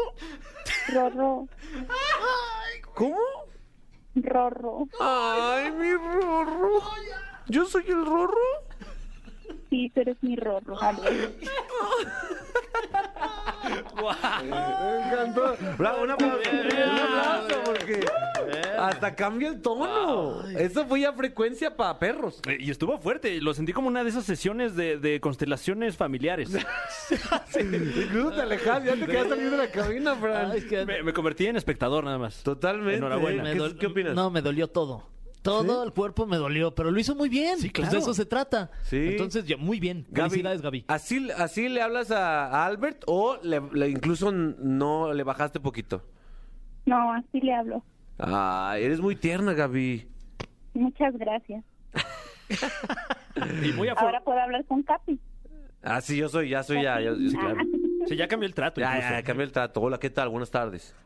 S8: Rorro.
S2: ¿Cómo?
S8: Rorro.
S2: Ay, mi rorro. ¿Yo soy el rorro?
S8: Sí, tú eres mi rorro, Albert.
S2: Me encantó. Bravo, un aplauso. Un aplauso porque hasta cambia el tono. Eso fue ya frecuencia para perros.
S4: Eh, Y estuvo fuerte, lo sentí como una de esas sesiones de, de constelaciones familiares.
S2: Incluso te alejas, ya te quedas saliendo de la cabina, Fran.
S3: Ay, es que-
S4: Me, me convertí en espectador nada más.
S2: Totalmente.
S4: Enhorabuena.
S3: Me
S2: ¿Qué,
S3: dol-
S2: qué opinas?
S3: No, me dolió todo. Todo el cuerpo me dolió, pero lo hizo muy bien. Sí,
S4: claro.
S3: de eso se trata.
S2: Sí.
S3: Entonces, ya, muy bien.
S2: Gaby, Ah,
S3: Felicidades, Gaby.
S2: ¿así, ¿Así le hablas a, a Albert o le- le- incluso no le bajaste poquito?
S8: No, así le hablo.
S2: Ay, eres muy tierna, Gaby.
S8: Muchas gracias.
S4: Y muy afuera.
S8: Ahora puedo hablar con Capi.
S2: Ah, sí, yo soy, ya soy, ya. yo- yo- claro.
S4: Sí, ya cambió el trato.
S2: Ya,
S4: incluso.
S2: ya, ya, cambié el trato. Hola, ¿qué tal? Buenas tardes.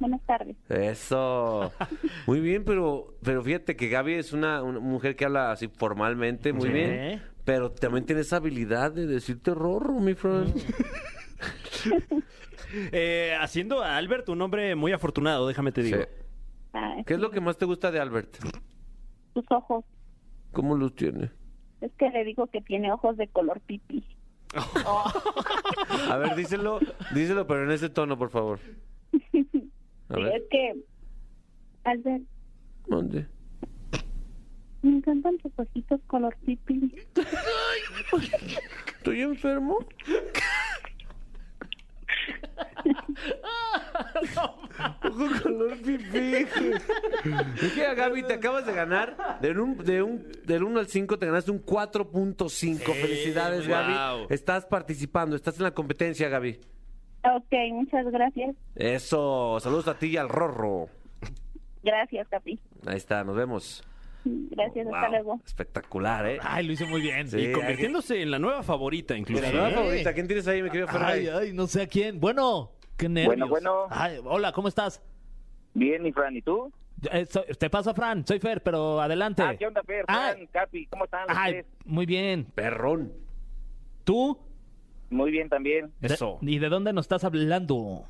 S8: Buenas tardes.
S2: Eso. Muy bien, pero, pero fíjate que Gaby es una, una mujer que habla así formalmente, muy
S4: Sí.
S2: bien. Pero también tiene esa habilidad de decirte rorro, mi friend.
S4: Eh, haciendo a Albert un hombre muy afortunado, déjame te digo.
S2: Sí.
S8: Ah,
S2: ¿Qué es lo que más te gusta de Albert?
S8: Sus ojos.
S2: ¿Cómo los tiene?
S8: Es que le digo que tiene ojos de color pipí.
S2: A ver, díselo, díselo, pero en ese tono, por favor. A
S8: Sí,
S2: ver,
S8: es que, Albert,
S2: ¿dónde?
S8: me encantan tus ojitos color pipí.
S2: ¿Estoy enfermo? Ojo color pipí. Es que, Gaby, te acabas de ganar. De un, de un, del 1 al 5 te ganaste un 4.5. Felicidades, Gaby.
S4: wow.
S2: Estás participando, estás en la competencia, Gaby.
S8: Ok, muchas gracias.
S2: Eso. Saludos a ti y al Rorro.
S8: Gracias, Capi.
S2: Ahí está, nos vemos.
S8: Gracias, hasta
S2: Wow,
S8: luego.
S2: Espectacular, ¿eh?
S3: Ay, lo hizo muy bien.
S2: Sí.
S4: Y convirtiéndose en la nueva favorita, incluso.
S2: La nueva favorita, ¿quién tienes ahí, mi querido
S3: Ay,
S2: Ferrari?
S3: ay, no sé a quién. Bueno, qué nervios.
S11: Bueno, bueno.
S3: Ay, hola, ¿cómo estás?
S11: Bien, y Fran, ¿y tú?
S3: Yo, eh, soy- te paso a Fran, soy Fer, pero adelante.
S11: Ah, ¿qué onda, Fer?
S3: Ay.
S11: Fran, Capi, ¿cómo están los
S3: Ay,
S11: tres?
S3: muy bien.
S2: Perrón.
S3: ¿Tú?
S11: Muy bien también.
S3: De-
S4: Eso.
S3: ¿Y de dónde nos estás hablando?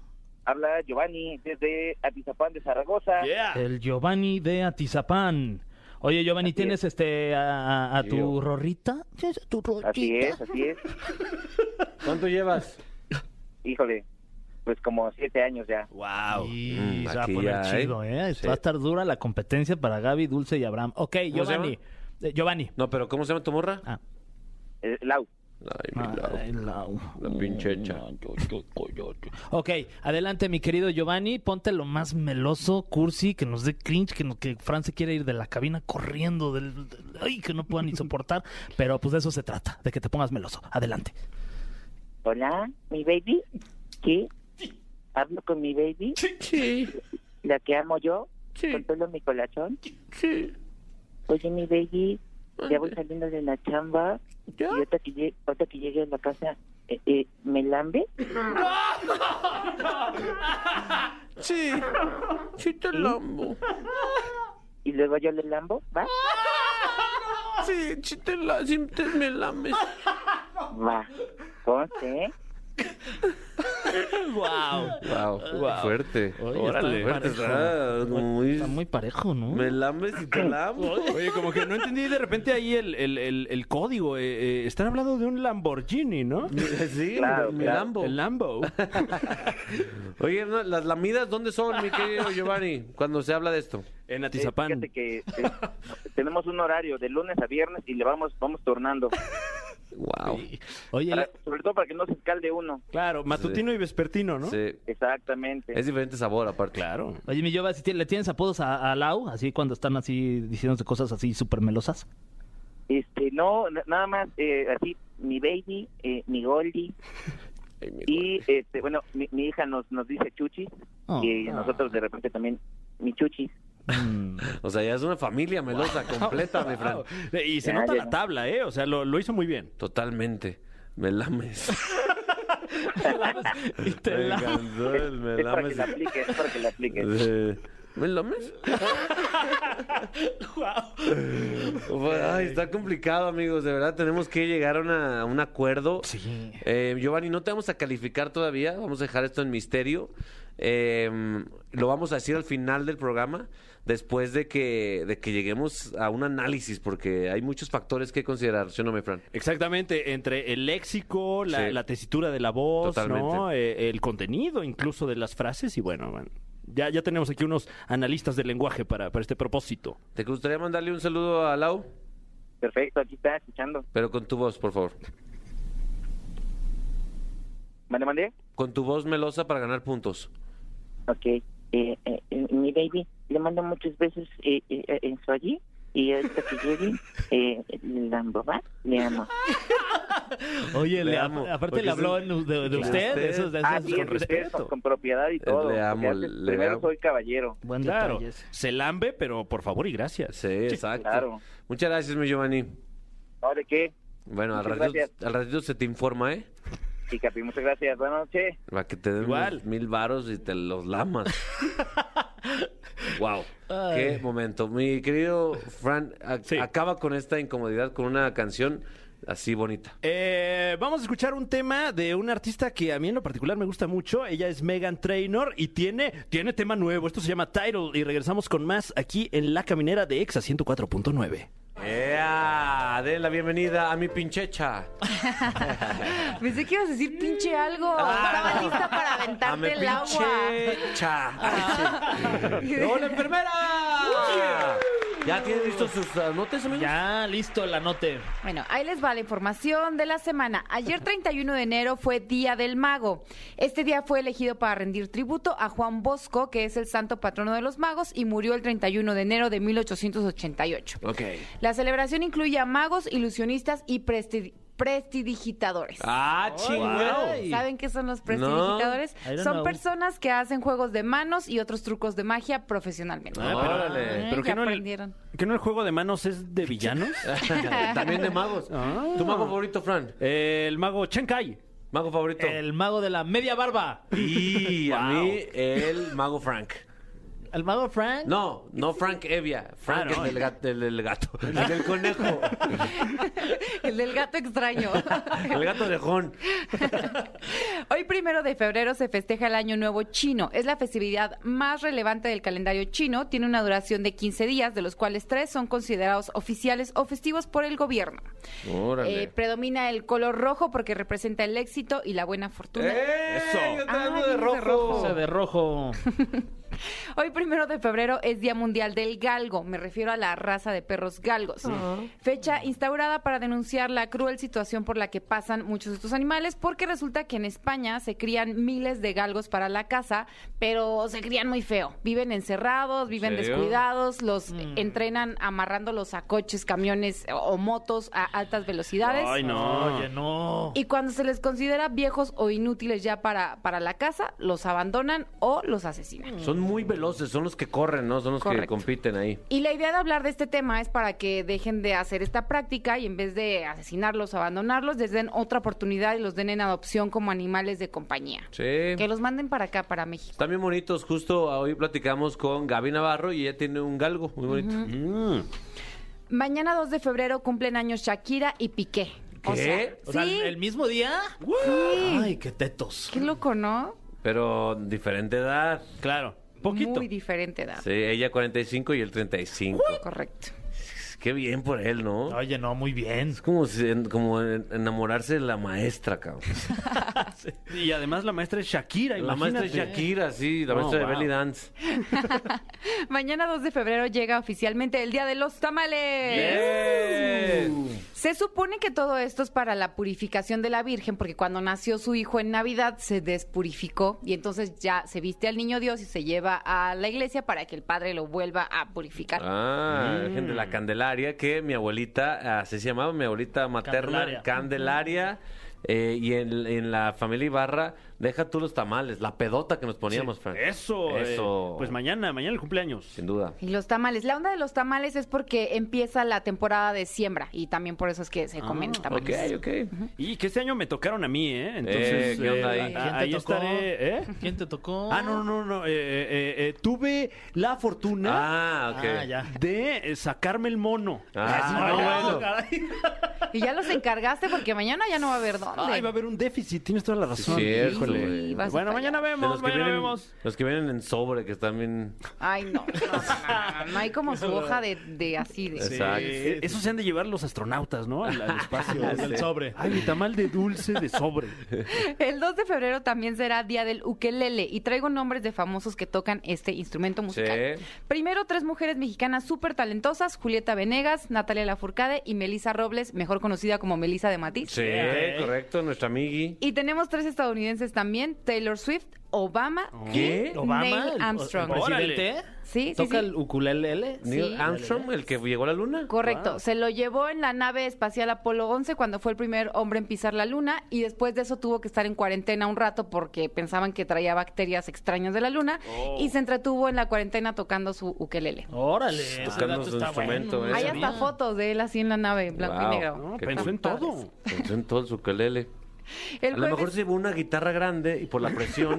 S11: Habla Giovanni desde Atizapán de Zaragoza.
S4: Yeah.
S3: El Giovanni de Atizapán. Oye, Giovanni, ¿tienes este a, a- a tu
S2: Yo.
S3: rorrita?
S5: Tu
S11: Así
S5: rollita.
S11: es, así es.
S2: ¿Cuánto llevas?
S11: Híjole, pues como siete años ya.
S4: Wow.
S3: Y
S2: Mm,
S3: se va a
S2: aquí
S3: poner
S2: ya, ¿eh?
S3: chido, ¿eh?
S2: Sí.
S3: Va a estar dura la competencia para Gaby, Dulce y Abraham. Ok,
S2: ¿Cómo se
S3: Giovanni.
S2: llama?
S3: Eh, Giovanni.
S2: No, pero ¿cómo se llama tu morra?
S3: Ah.
S11: Eh, Lau,
S2: Ay, mi lado.
S3: Ay, Ah, eh, Lau.
S2: La pinche hecha.
S3: Ok, adelante, mi querido Giovanni. Ponte lo más meloso, cursi, que nos dé cringe, que, no- que Fran se quiere ir de la cabina corriendo, del, del- ay, que no pueda ni soportar. Pero pues de eso se trata, de que te pongas meloso. Adelante.
S11: hola, mi baby. ¿Qué? ¿Hablo con mi baby? Sí. ¿La que amo yo? ¿Con todo mi corazón? Sí. Oye, mi baby, ya voy saliendo de la chamba. Y ahorita que, llegue, ahorita que llegue a la casa, eh, eh, ¿me lambe?
S2: Sí, sí te lambo.
S11: Y luego yo le lambo, ¿va?
S2: Sí, sí te, la, sí te me lames.
S11: Va. Conste, ¿eh?
S3: Wow.
S2: Wow, fuerte.
S3: Órale.
S2: fuerte. Está muy...
S3: Está muy parejo, ¿no?
S2: Me lames y te lambo.
S4: Oye, como que no entendí de repente ahí el, el, el, el código. eh, eh, están hablando de un Lamborghini, ¿no?
S2: Sí,
S11: Claro,
S2: me
S11: claro.
S2: lambo.
S4: El Lambo.
S2: Oye, no, las lamidas, ¿dónde son, mi querido Giovanni? Cuando se habla de esto.
S4: En
S11: Eh,
S4: Atizapán.
S11: Fíjate que eh, tenemos un horario de lunes a viernes y le vamos vamos tornando,
S2: Wow.
S3: Oye,
S11: Para-
S3: le-
S11: sobre todo para que no se escalde uno.
S4: Claro, matutino y vespertino, ¿no?
S2: Sí.
S11: Exactamente.
S2: Es diferente sabor, aparte.
S4: Claro.
S3: oye, mi Giovanni, ¿le tienes apodos a, a Lau? Así cuando están así diciéndose cosas así súper melosas.
S11: Este, no, na- nada más eh, así mi baby, eh, mi Goldie
S2: Ay, mi
S11: y este, bueno, mi, mi hija nos nos dice Chuchis
S3: Oh.
S11: y nosotros de repente también mi Chuchis.
S3: Mm.
S2: O sea, ya es una familia melosa completa, mi Fran.
S4: Y se
S11: Ya,
S4: nota
S11: ya.
S4: la tabla, ¿eh? O sea, lo, lo hizo muy bien.
S2: Totalmente. Me lames.
S3: y te
S2: me
S3: la-
S2: encantó el me
S11: Es para que
S2: lames.
S11: la apliques, es para que la apliques.
S2: Eh, ¿Me lames? Bueno, ay, está complicado, amigos. De verdad, tenemos que llegar a, una- a un acuerdo.
S3: Sí.
S2: Eh, Giovanni, no te vamos a calificar todavía. Vamos a dejar esto en misterio. Eh, lo vamos a decir al final del programa, después de que, de que lleguemos a un análisis, porque hay muchos factores que considerar. ¿Sí o no, mi Fran?
S4: Exactamente, entre el léxico, la,
S2: Sí.
S4: la tesitura de la voz,
S2: Totalmente.
S4: ¿no? Eh, el contenido incluso de las frases y bueno, bueno, ya, ya tenemos aquí unos analistas del lenguaje para, para este propósito.
S2: ¿Te gustaría mandarle un saludo a Lau?
S11: Perfecto, aquí está escuchando.
S2: Pero con tu voz, por favor.
S11: ¿Mande, mande?
S2: Con tu voz melosa para ganar puntos.
S11: Ok. Eh, eh, eh, mi baby, le mando muchos besos eh, eh, eh, en su allí. Y ahorita que llegue, eh, la emboba, le amo.
S3: Oye,
S2: Le
S3: le-
S2: amo,
S3: aparte
S2: porque
S3: le habló
S2: es
S3: en- de, de usted, de esos, de esos
S11: Ah, sí,
S3: con
S11: es usted,
S3: respeto.
S11: Con, con propiedad y todo.
S2: Eh, Le amo,
S11: porque antes
S2: le
S11: primero
S2: amo.
S11: soy caballero.
S3: Buen
S4: Claro,
S3: detalle ese.
S4: se lambe, pero por favor y gracias.
S2: Sí, exacto.
S11: claro.
S2: Muchas gracias, mi Giovanni.
S11: ¿Ahora qué?
S2: Bueno, al
S11: Muchas
S2: ratito,
S11: gracias.
S2: al ratito se te informa, ¿eh?
S11: Sí, Capi, muchas gracias. Buenas noches.
S2: Para que te den
S4: Igual.
S2: unos mil varos y te los lamas. wow. Qué momento. Mi querido Fran, a-
S4: Sí.
S2: acaba con esta incomodidad con una canción así bonita.
S4: Eh, vamos a escuchar un tema de una artista que a mí en lo particular me gusta mucho. Ella es Megan Trainor y tiene, tiene tema nuevo. Esto se llama Title y regresamos con más aquí en La Caminera de Exa 104.9.
S2: ¡Ea! Den la bienvenida a mi pinchecha.
S12: Pensé que ibas a decir pinche algo. Estaba lista para
S2: Ah. A mi
S12: aventarte el agua. Ah.
S2: pinchecha. ¡Hola, enfermera!
S12: Uh.
S2: ¿Ya tienes listos sus anotes, Ah, amigos?
S3: Ya, listo el anote.
S12: Bueno, ahí les va la información de la semana. Ayer 31 de enero fue Día del Mago. Este día fue elegido para rendir tributo a Juan Bosco, que es el santo patrono de los magos, y murió el 31 de enero de 1888.
S2: Ok.
S12: La celebración incluye a magos, ilusionistas y presti- prestidigitadores.
S2: ¡Ah, chingüey!
S12: ¿Saben qué son los prestidigitadores?
S2: I don't
S12: son
S2: know.
S12: personas que hacen juegos de manos y otros trucos de magia profesionalmente.
S4: Ah, pero- Órale. pero
S12: pero
S4: que
S12: que
S4: no le-
S12: aprendieron.
S4: ¿Que no el juego de manos es de villanos?
S2: También de magos. ¿Tu mago favorito, Fran?
S4: El mago Chenkai.
S2: ¿Mago favorito?
S3: El mago de la media barba.
S2: Y a mí, el mago Frank.
S3: El mago Frank.
S2: No, no Frank Evia. Frank,
S4: Ah, no.
S2: el, del gato, el del gato. El del conejo.
S12: El del gato extraño.
S2: El gato orejón.
S12: Hoy primero de febrero se festeja el Año Nuevo Chino. Es la festividad más relevante del calendario chino. Tiene una duración de 15 días, de los cuales tres son considerados oficiales o festivos por el gobierno. Eh, predomina el color rojo porque representa el éxito y la buena fortuna.
S2: ¡Eso! Yo te
S12: Ah,
S2: ando Eh, de
S12: vienes
S2: rojo.
S12: de rojo.
S3: Ese de rojo.
S12: Hoy, primero de febrero, es Día Mundial del Galgo. Me refiero a la raza de perros galgos. Fecha instaurada para denunciar la cruel situación por la que pasan muchos de estos animales, porque resulta que en España se crían miles de galgos para la caza, pero se crían muy feo. Viven encerrados, viven
S2: serio?
S12: descuidados, los entrenan amarrándolos a coches, camiones o, o motos a altas velocidades.
S4: Ay, no.
S3: Oye, no.
S12: Y cuando se les considera viejos o inútiles ya para, para la caza, los abandonan o los asesinan.
S2: Son muy veloces, son los que corren, ¿no? Son los que
S12: Correcto.
S2: compiten ahí.
S12: Y la idea de hablar de este tema es para que dejen de hacer esta práctica y en vez de asesinarlos, abandonarlos, les den otra oportunidad y los den en adopción como animales de compañía.
S2: Sí.
S12: Que los manden para acá, para México.
S2: Están bien bonitos. Justo hoy platicamos con Gaby Navarro y ella tiene un galgo muy bonito.
S4: Mm.
S12: Mañana 2 de febrero cumplen años Shakira y Piqué. O
S2: ¿Qué?
S12: sea,
S3: O sea,
S12: sí,
S3: ¿El mismo día? Ay, qué tetos.
S12: qué loco, ¿no?
S2: Pero diferente edad.
S4: Claro. Poquito.
S12: Muy diferente edad.
S2: Sí, ella 45 y él 35.
S12: Correcto.
S2: Qué bien por él, ¿no?
S3: Oye, no, muy bien.
S2: Es como, si- en- como en- enamorarse de la maestra, cabrón.
S4: Y además la maestra es Shakira,
S2: La maestra es Shakira, sí, la
S4: No,
S2: maestra de
S4: wow.
S2: Belly Dance.
S12: Mañana 2 de febrero llega oficialmente el Día de los Tamales. Se supone que todo esto es para la purificación de la Virgen, porque cuando nació su hijo en Navidad se despurificó y entonces ya se viste al niño Dios y se lleva a la iglesia para que el padre lo vuelva a purificar.
S2: Ah, Virgen de la
S3: Mm.
S2: Candelaria, que mi abuelita, así se llamaba, mi abuelita materna,
S3: Candelaria.
S2: Candelaria. eh, y en, en la familia Ibarra, deja tú los tamales, la pedota que nos poníamos, Fran.
S4: Eso,
S2: Eso.
S4: eh, pues mañana, mañana el cumpleaños.
S2: Sin duda.
S12: Y los tamales. La onda de los tamales es porque em, empieza la temporada de siembra y también por eso es que se comen tamales.
S2: Ok, ok.
S4: Y que este año me tocaron a mí, ¿eh? Entonces,
S2: ¿qué onda
S4: eh,
S2: ahí?
S4: a- ahí estaré, ¿eh?
S3: ¿Quién te tocó?
S4: Ah, no, no, no. eh, eh, eh, tuve la fortuna
S2: Ah, ok.
S3: Ah, ya.
S4: de eh, sacarme el mono.
S2: Ah,
S4: Ay,
S2: no, bueno.
S3: caray.
S12: Y ya los encargaste porque mañana ya no va a haber dónde.
S4: Ay, va a haber un déficit, tienes toda la razón.
S2: sí,
S12: Sí,
S2: híjole.
S12: vas
S4: Bueno,
S12: hasta
S4: mañana
S12: allá.
S2: De los
S4: vemos,
S2: que,
S4: mañana
S2: vienen,
S4: vemos.
S2: los que vienen en sobre, que están bien...
S12: Ay, no. No, no, no, no, no hay como su hoja de, de así de.
S2: Exacto.
S4: Eh, eso se han de llevar los astronautas, ¿no? Al, al espacio.
S3: El sobre.
S4: Ay, mi tamal de dulce de sobre.
S12: El 2 de febrero también será Día del Ukelele y traigo nombres de famosos que tocan este instrumento musical.
S2: Sí.
S12: Primero, tres mujeres mexicanas súper talentosas, Julieta Venegas, Natalia Lafourcade y Melissa Robles, mejor conocida como Melissa de Matiz.
S2: Sí, correcto, nuestra amigui.
S12: Y tenemos tres estadounidenses también, Taylor Swift, Obama
S2: ¿Qué?
S12: y
S3: Obama, el-
S12: Neil
S3: el
S12: Armstrong.
S3: presidente,
S12: Sí, sí,
S3: toca
S12: sí.
S3: el ukulele.
S2: Neil
S12: Sí.
S2: Armstrong, el que llegó a la luna.
S12: Correcto, se lo llevó en la nave espacial Apolo 11 cuando fue el primer hombre en pisar la luna y después de eso tuvo que estar en cuarentena un rato porque pensaban que traía bacterias extrañas de la luna y se entretuvo en la cuarentena tocando su ukelele.
S3: Órale, ese
S2: Tocando
S3: dato
S2: su
S3: está
S2: instrumento,
S3: bueno,
S2: ¿eh?
S3: no
S12: Hay
S3: sabía.
S12: hasta fotos de él así en la nave, en blanco
S2: Wow.
S12: y negro.
S4: No,
S2: Qué
S4: pensó en
S12: padres.
S4: todo.
S2: Pensó en todo su ukelele.
S12: El
S2: a lo mejor
S12: jueves-
S2: se llevó una guitarra grande y por la presión.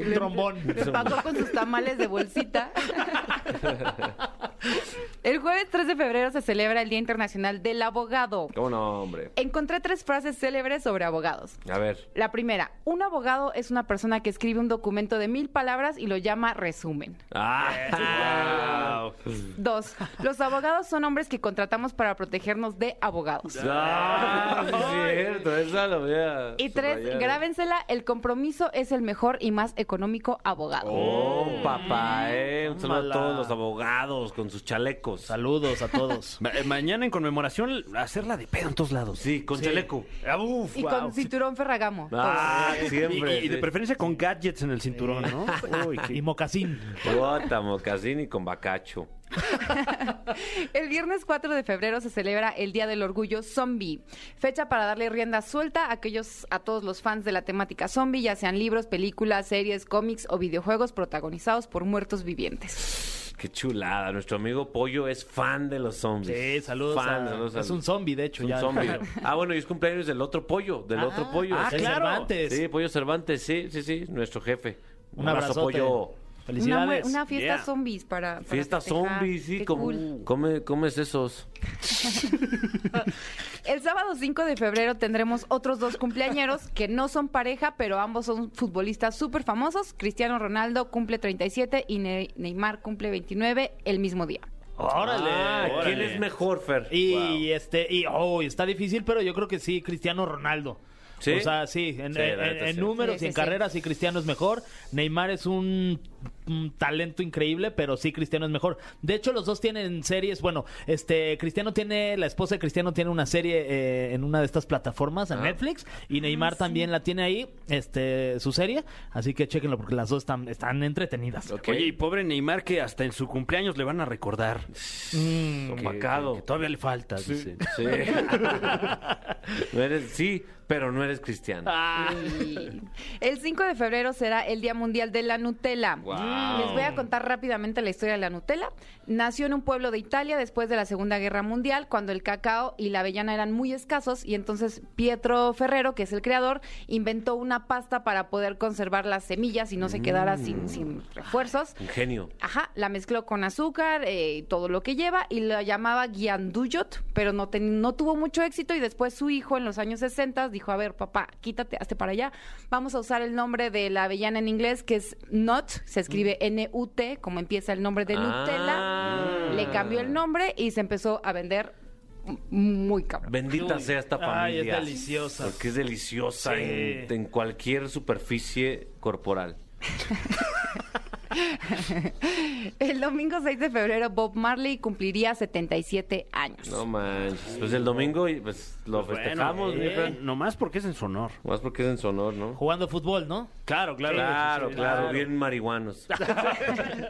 S3: Un trombón.
S12: Le pagó con sus tamales de bolsita. El jueves 3 de febrero se celebra el Día Internacional del Abogado.
S2: ¿Cómo no, hombre?
S12: Encontré tres frases célebres sobre abogados.
S2: A ver.
S12: La primera, un abogado es una persona que escribe un documento de mil palabras y lo llama resumen.
S2: Ah.
S12: Dos, los abogados son hombres que contratamos para protegernos de abogados.
S2: Ah, sí es cierto, esa lo voy a
S12: Y tres,
S2: subrayar.
S12: grábensela, el compromiso es el mejor y más económico abogado.
S2: Oh,
S4: Mm.
S2: papá, eh. Un saludo
S4: Tómala.
S2: a todos los abogados con sus chalecos.
S3: Saludos a todos.
S4: Ma- eh, mañana en conmemoración, hacerla de pedo en todos lados.
S2: Sí, con
S4: Sí.
S2: chaleco.
S4: Ah, uf,
S12: y
S4: wow.
S12: con cinturón ferragamo.
S2: Ah, siempre.
S4: Y, y de preferencia con gadgets en el cinturón, ¿no? Uy, qué-
S3: Y mocasín.
S2: Bota, mocasín y con bacacho.
S12: El viernes 4 de febrero se celebra el Día del Orgullo Zombie, fecha para darle rienda suelta a aquellos a todos los fans de la temática zombie, ya sean libros, películas, series, cómics o videojuegos protagonizados por muertos vivientes.
S2: Qué chulada. Nuestro amigo Pollo es fan de los zombies.
S3: Sí, saludos.
S2: Fan,
S3: a-
S2: saludos a-
S3: Es un zombie, de
S2: Es
S3: hecho.
S2: un
S3: ya.
S2: zombie. Ah, bueno, y es cumpleaños del otro pollo, del
S3: Ah,
S2: otro pollo.
S3: ah,
S2: Sí.
S3: claro.
S2: Cervantes. Sí, pollo Cervantes, sí, sí, sí, nuestro jefe. Un, abrazo,
S3: abrazote.
S2: pollo.
S12: Una,
S3: Felicidades.
S12: mue- una fiesta
S4: Yeah.
S12: zombies para, para
S2: Fiesta
S12: festejar.
S2: zombie, sí,
S12: Qué
S2: como,
S12: cool.
S2: come, comes esos.
S12: El sábado 5 de febrero tendremos otros dos cumpleañeros que no son pareja, pero ambos son futbolistas súper famosos. Cristiano Ronaldo cumple 37 y Ne- Neymar cumple 29 el mismo día.
S3: Órale.
S2: Ah, ¿quién
S3: órale.
S2: es mejor, Fer?
S3: Y
S2: Wow.
S3: este, y oh, está difícil, pero yo creo que sí, Cristiano Ronaldo.
S2: ¿Sí?
S3: O sea, sí, en,
S2: Sí, la
S3: en-
S2: neta,
S3: en
S2: sí.
S3: números
S12: Sí,
S3: y en
S12: sí, sí.
S3: carreras, sí, Cristiano es mejor. Neymar es un, un talento increíble, pero sí, Cristiano es mejor. De hecho, los dos tienen series. Bueno, este, Cristiano tiene, la esposa de Cristiano tiene una serie eh, en una de estas plataformas, en
S2: Ah.
S3: Netflix, y Neymar
S12: Ah,
S3: también la tiene ahí, este, su serie. Así que chequenlo, porque las dos están, están entretenidas.
S2: Ok.
S4: Oye, y pobre Neymar que hasta en su cumpleaños le van a recordar.
S3: Mm.
S2: Opacado.
S4: Que todavía le falta, dicen.
S2: Sí. no eres, sí, pero no eres cristiano.
S3: Ah.
S12: Y El 5 de febrero será el Día Mundial de la Nutella.
S2: Guau.
S12: Les voy a contar rápidamente la historia de la Nutella. Nació en un pueblo de Italia después de la Segunda Guerra Mundial, cuando el cacao y la avellana eran muy escasos, y entonces Pietro Ferrero, que es el creador, inventó una pasta para poder conservar las semillas y no se quedara sin, sin refuerzos.
S2: Un genio.
S12: Ajá, la mezcló con azúcar, eh, todo lo que lleva, y la llamaba Guianduyot, pero no, ten- no tuvo mucho éxito. Y después su hijo, en los años 60, dijo: A ver, papá, quítate, hazte para allá. Vamos a usar el nombre de la avellana en inglés, que es Nut, se escribe
S2: Mm.
S12: N-U-T, como empieza el nombre de
S2: Ah.
S12: Nutella. Le cambió el nombre y se empezó a vender m- muy cabrón.
S2: Bendita sea esta
S3: Ay,
S2: familia.
S3: es deliciosa.
S2: Porque es deliciosa
S3: Sí.
S2: en, en cualquier superficie corporal.
S12: El domingo 6 de febrero, Bob Marley cumpliría 77 años.
S2: No manches. Pues el domingo y, pues, lo
S4: Bueno,
S2: festejamos,
S4: eh,
S2: mi Fran.
S4: Nomás porque es en su honor.
S2: Más porque es en su honor, ¿no?
S3: Jugando fútbol, ¿no?
S4: Claro, claro.
S2: Claro,
S4: Sí, sí,
S2: claro, bien marihuanos.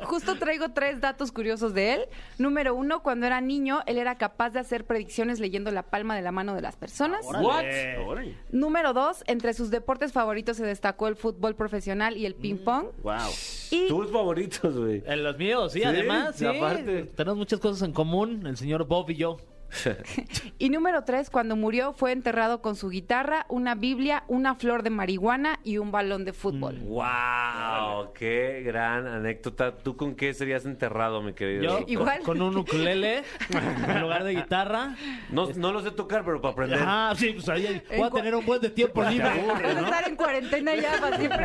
S12: Justo traigo tres datos curiosos de él. Número uno, cuando era niño, él era capaz de hacer predicciones leyendo la palma de la mano de las personas.
S4: Órale. Órale.
S12: Número dos, entre sus deportes favoritos se destacó el fútbol profesional
S2: Mm.
S12: y el ping pong.
S4: Wow.
S12: Y
S2: Tus favoritos, güey.
S3: En los míos, sí,
S2: Sí,
S3: además, sí.
S2: aparte.
S3: Tenemos muchas cosas en común, el señor Bob y yo.
S12: Y número tres, cuando murió fue enterrado con su guitarra, una Biblia, una flor de marihuana y un balón de fútbol.
S2: Mm. Wow, qué gran anécdota. ¿Tú con qué serías enterrado, mi querido?
S3: Yo
S2: doctor?
S12: Igual.
S3: con un ukulele en lugar de guitarra.
S2: No, no lo sé tocar, pero para aprender.
S3: Ajá, sí, pues ahí voy a
S12: En cua-
S3: tener un buen de tiempo libre.
S12: Vas a estar en cuarentena ya para siempre.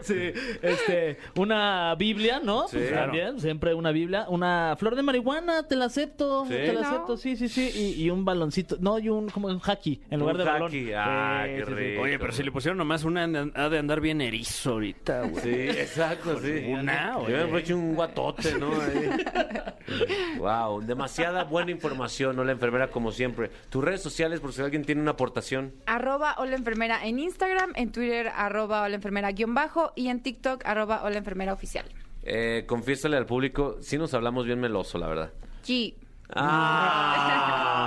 S3: Sí, este, una Biblia, ¿no?
S2: Sí.
S3: Pues También, siempre una Biblia, una flor de marihuana, te la acepto,
S2: Sí.
S3: te la
S12: No.
S3: acepto, sí, sí, sí, y, y un baloncito, no, y un como un hacky en lugar
S2: Un
S3: de balón.
S2: haki, ah,
S3: Sí,
S2: qué
S3: sí, sí.
S2: rico.
S4: Oye, pero si le pusieron nomás una, ha de andar bien erizo ahorita, güey.
S2: Sí, exacto, sí.
S3: Pues
S4: Una,
S2: Yo me he hecho un guatote, ¿no? wow, demasiada buena información, ¿no? La enfermera, como siempre. Tus redes sociales, por si alguien tiene una aportación.
S12: arroba hola enfermera en Instagram, en Twitter arroba hola enfermera guión bajo y en TikTok arroba hola enfermera oficial.
S2: Eh, confiésale al público, sí nos hablamos bien meloso, la verdad.
S12: Sí.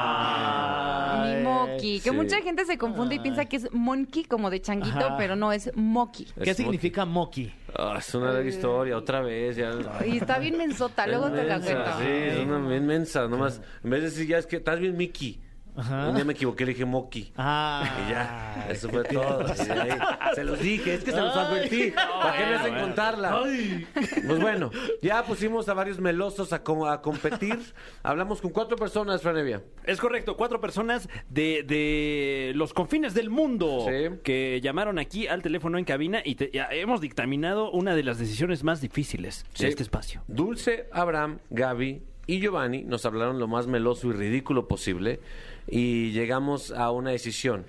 S2: Ah.
S12: Ni moqui. Que
S2: sí.
S12: mucha gente se confunde y piensa que es monkey como de changuito,
S3: Ajá.
S12: pero no es moqui.
S3: ¿Qué
S2: Es
S3: significa moqui?
S2: Ah, es una larga historia, otra vez. Ya.
S12: Y está bien mensota, luego te la
S2: Mensa,
S12: cuento.
S2: Sí, es una bien mensa, nomás. En vez de decir, ya es que estás bien Mickey.
S3: Ajá.
S2: Un día me equivoqué, le dije Moki.
S3: Ah.
S2: Y ya, eso fue todo. Y de ahí, se los dije, es que se los
S3: Ay,
S2: advertí.
S3: no,
S2: ¿Para qué me
S3: bueno,
S2: hacen
S3: bueno.
S2: contarla?
S3: Ay.
S2: Pues bueno, ya pusimos a varios melosos a, co- a competir. Hablamos con cuatro personas, Franevia.
S4: Es correcto, cuatro personas de, de los confines del mundo
S2: Sí.
S4: que llamaron aquí al teléfono en cabina y, te- ya hemos dictaminado una de las decisiones más difíciles
S2: Sí.
S4: de este espacio.
S2: Dulce, Abraham, Gaby y Giovanni nos hablaron lo más meloso y ridículo posible y llegamos a una decisión.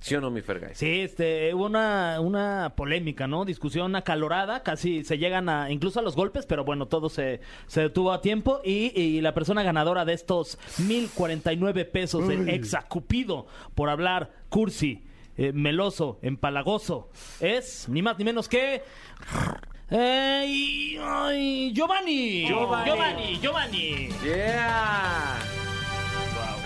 S2: ¿Sí o no, mi Fergay?
S3: Sí, este, hubo una, una polémica, ¿no? Discusión acalorada, casi se llegan a, incluso a los golpes, pero bueno, todo se, se detuvo a tiempo y, y la persona ganadora de estos 1049 pesos del exacupido por hablar cursi, eh, meloso, empalagoso, es ni más ni menos que... Ey, ay, Giovanni.
S2: Giovanni.
S3: Giovanni, Giovanni.
S2: Yeah.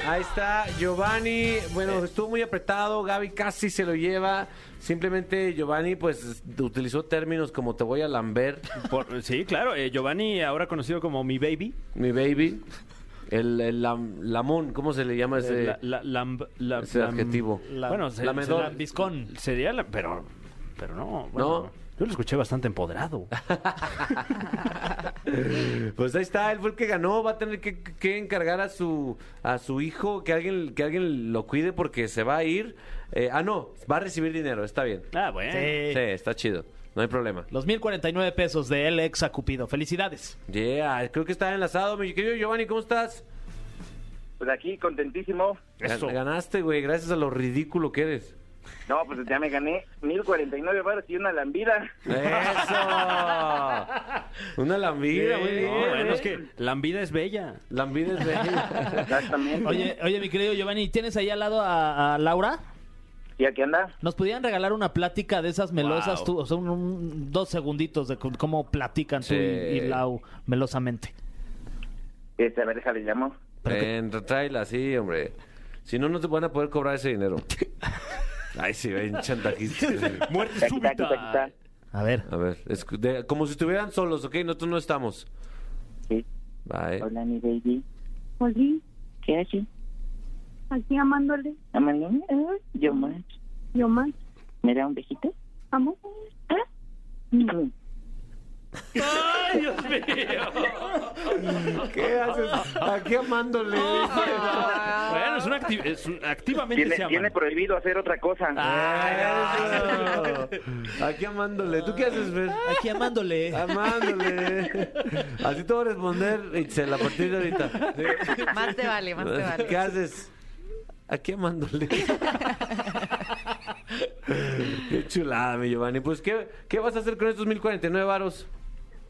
S2: Ahí está Giovanni. Bueno, estuvo muy apretado. Gaby casi se lo lleva. Simplemente Giovanni, pues, utilizó términos como te voy a lamber,
S4: Por- sí, claro, eh, Giovanni, ahora conocido como mi baby.
S2: mi baby. El, el lam- lamón, ¿cómo se le llama ese?
S4: eh, La- la- lamb- la-
S2: ese
S4: lam-
S2: adjetivo.
S3: La-
S4: bueno, se,
S2: lamedor.
S4: se-
S3: Lambiscón.
S4: sería, la- pero, pero no. bueno,
S2: No.
S4: Yo lo escuché bastante empoderado.
S2: Pues ahí está, él fue el que ganó, va a tener que, que encargar a su a su hijo que alguien que alguien lo cuide porque se va a ir. Eh, ah, no, va a recibir dinero, está bien.
S4: Ah, bueno.
S3: Sí.
S2: Sí, está chido, no hay problema.
S3: Los 1049 pesos de El Exacupido. Felicidades.
S2: Yeah, creo que está enlazado, mi querido Giovanni, ¿cómo estás?
S13: Pues aquí, contentísimo.
S2: Gan-
S4: Eso.
S2: Ganaste, güey, gracias a lo ridículo que eres.
S13: No, pues ya me gané 1049 baros y una lambida.
S3: Eh.
S2: ¡Eso! Una lambida,
S4: Sí,
S2: muy bien.
S4: no, bueno,
S2: ¿eh?
S4: es que la vida es bella.
S2: Lambida es bella.
S13: Exactamente.
S3: Oye, oye, mi querido Giovanni, ¿tienes ahí al lado a, a Laura?
S13: ¿Y aquí anda?
S3: ¿Nos podían regalar una plática de esas melosas
S4: Wow.
S3: tú? O sea, un- un- dos segunditos de c- cómo platican tú y, y
S2: Sí.
S3: Lau melosamente.
S13: Este, a ver, déjale, llamo.
S2: Ven, tráela, sí, hombre. Si no, no te van a poder cobrar ese dinero. Ay, sí, ven, chantajista.
S4: Muerte
S13: Aquí está, aquí está, aquí está.
S3: A ver.
S2: A ver, es que de- como si estuvieran solos, ¿ok? Nosotros no estamos.
S13: Sí.
S3: Eh.
S2: Bye.
S13: Hola, mi baby.
S8: Oli,
S13: ¿Qué haces?
S8: aquí amándole.
S13: ¿Amándome?
S8: ¿Eh?
S13: Yo más.
S8: Yo más.
S13: ¿Me da un besito?
S8: Amo.
S13: Mm.
S4: ¡Ay, Dios mío!
S2: ¿Qué haces? Aquí amándole.
S4: Bueno, es una acti- es un- activamente se
S13: Tiene,
S4: aman.
S13: tiene prohibido hacer otra cosa.
S2: Ah, eso. Aquí amándole. ¿Tú qué haces, Fer?
S3: Aquí amándole.
S2: Amándole. Así te voy a responder, Itzel, a partir de ahorita.
S12: Más te vale, más te vale.
S2: ¿Qué haces? Aquí amándole. qué chulada, mi Giovanni. Pues, ¿qué, qué vas a hacer con estos 1049 varos?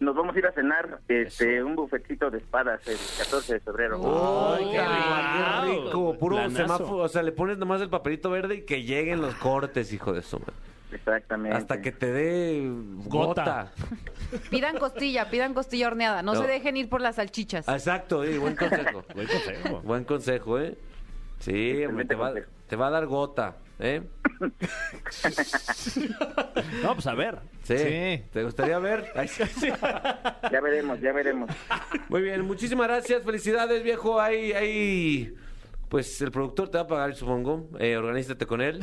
S13: Nos vamos a ir a cenar este, un bufetcito de espadas el 14 de febrero.
S12: Oh,
S2: ¡Ay, qué
S4: guau!
S2: rico! rico. Puro
S4: Planazo.
S2: semáforo. O sea, le pones nomás el papelito verde y que lleguen los cortes, hijo de su madre.
S13: Exactamente.
S2: Hasta que te dé
S3: Gota.
S2: gota.
S12: Pidan costilla, pidan costilla horneada. No,
S2: No. Ah.
S12: se dejen ir por las salchichas.
S2: Exacto, sí, buen consejo.
S4: Buen consejo.
S2: buen consejo, ¿eh? Sí, hombre, te va,
S13: consejo.
S2: te va a dar gota, ¿eh?
S4: No, pues a ver.
S2: Sí.
S3: Sí.
S2: ¿Te gustaría ver? Ay, sí.
S13: Ya veremos, ya veremos.
S2: Muy bien, muchísimas gracias, felicidades, viejo. Ahí, ahí. Pues el productor te va a pagar, supongo. Eh, organízate con él.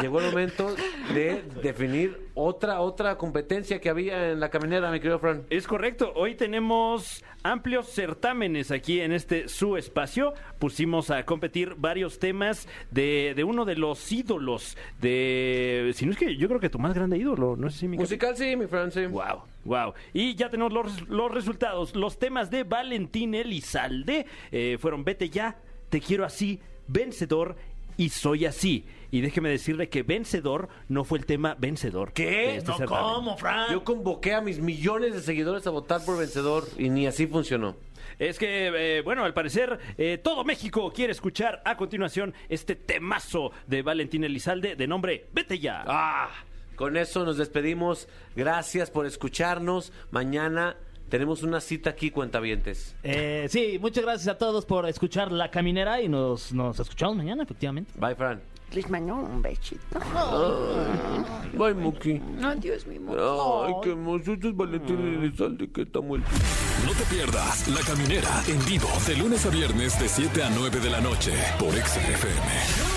S2: Llegó el momento de definir otra otra competencia que había en la caminera, mi querido Fran.
S4: Es correcto, hoy tenemos amplios certámenes aquí en este su espacio. Pusimos a competir varios temas de, de uno de los ídolos de... Si no es que yo creo que tu más grande ídolo, no sé si mi...
S2: Musical, sí, mi Fran, sí.
S4: Wow, wow. Y ya tenemos los, res- los resultados. Los temas de Valentín Elizalde eh, fueron Vete ya, Te quiero así, Vencedor y Soy así. Y déjeme decirle que Vencedor no fue el tema vencedor. de este certamen.
S3: Fran?
S2: Yo convoqué a mis millones de seguidores a votar por vencedor y ni así funcionó.
S4: Es que, eh, bueno, al parecer eh, todo México quiere escuchar a continuación este temazo de Valentín Elizalde de nombre Vete ya.
S2: Ah, con eso nos despedimos. Gracias por escucharnos. Mañana tenemos una cita aquí, cuentavientes.
S3: Eh, sí, muchas gracias a todos por escuchar La Caminera y nos, nos escuchamos mañana, efectivamente.
S2: Bye, Fran.
S9: les mando un besito.
S2: Bye, Muki.
S9: Adiós, mi amor.
S2: Ay, qué hermoso. Este es Valentín Elizalde que está muerto.
S1: No te pierdas La Caminera en vivo de lunes a viernes de 7 a 9 de la noche por Exa FM.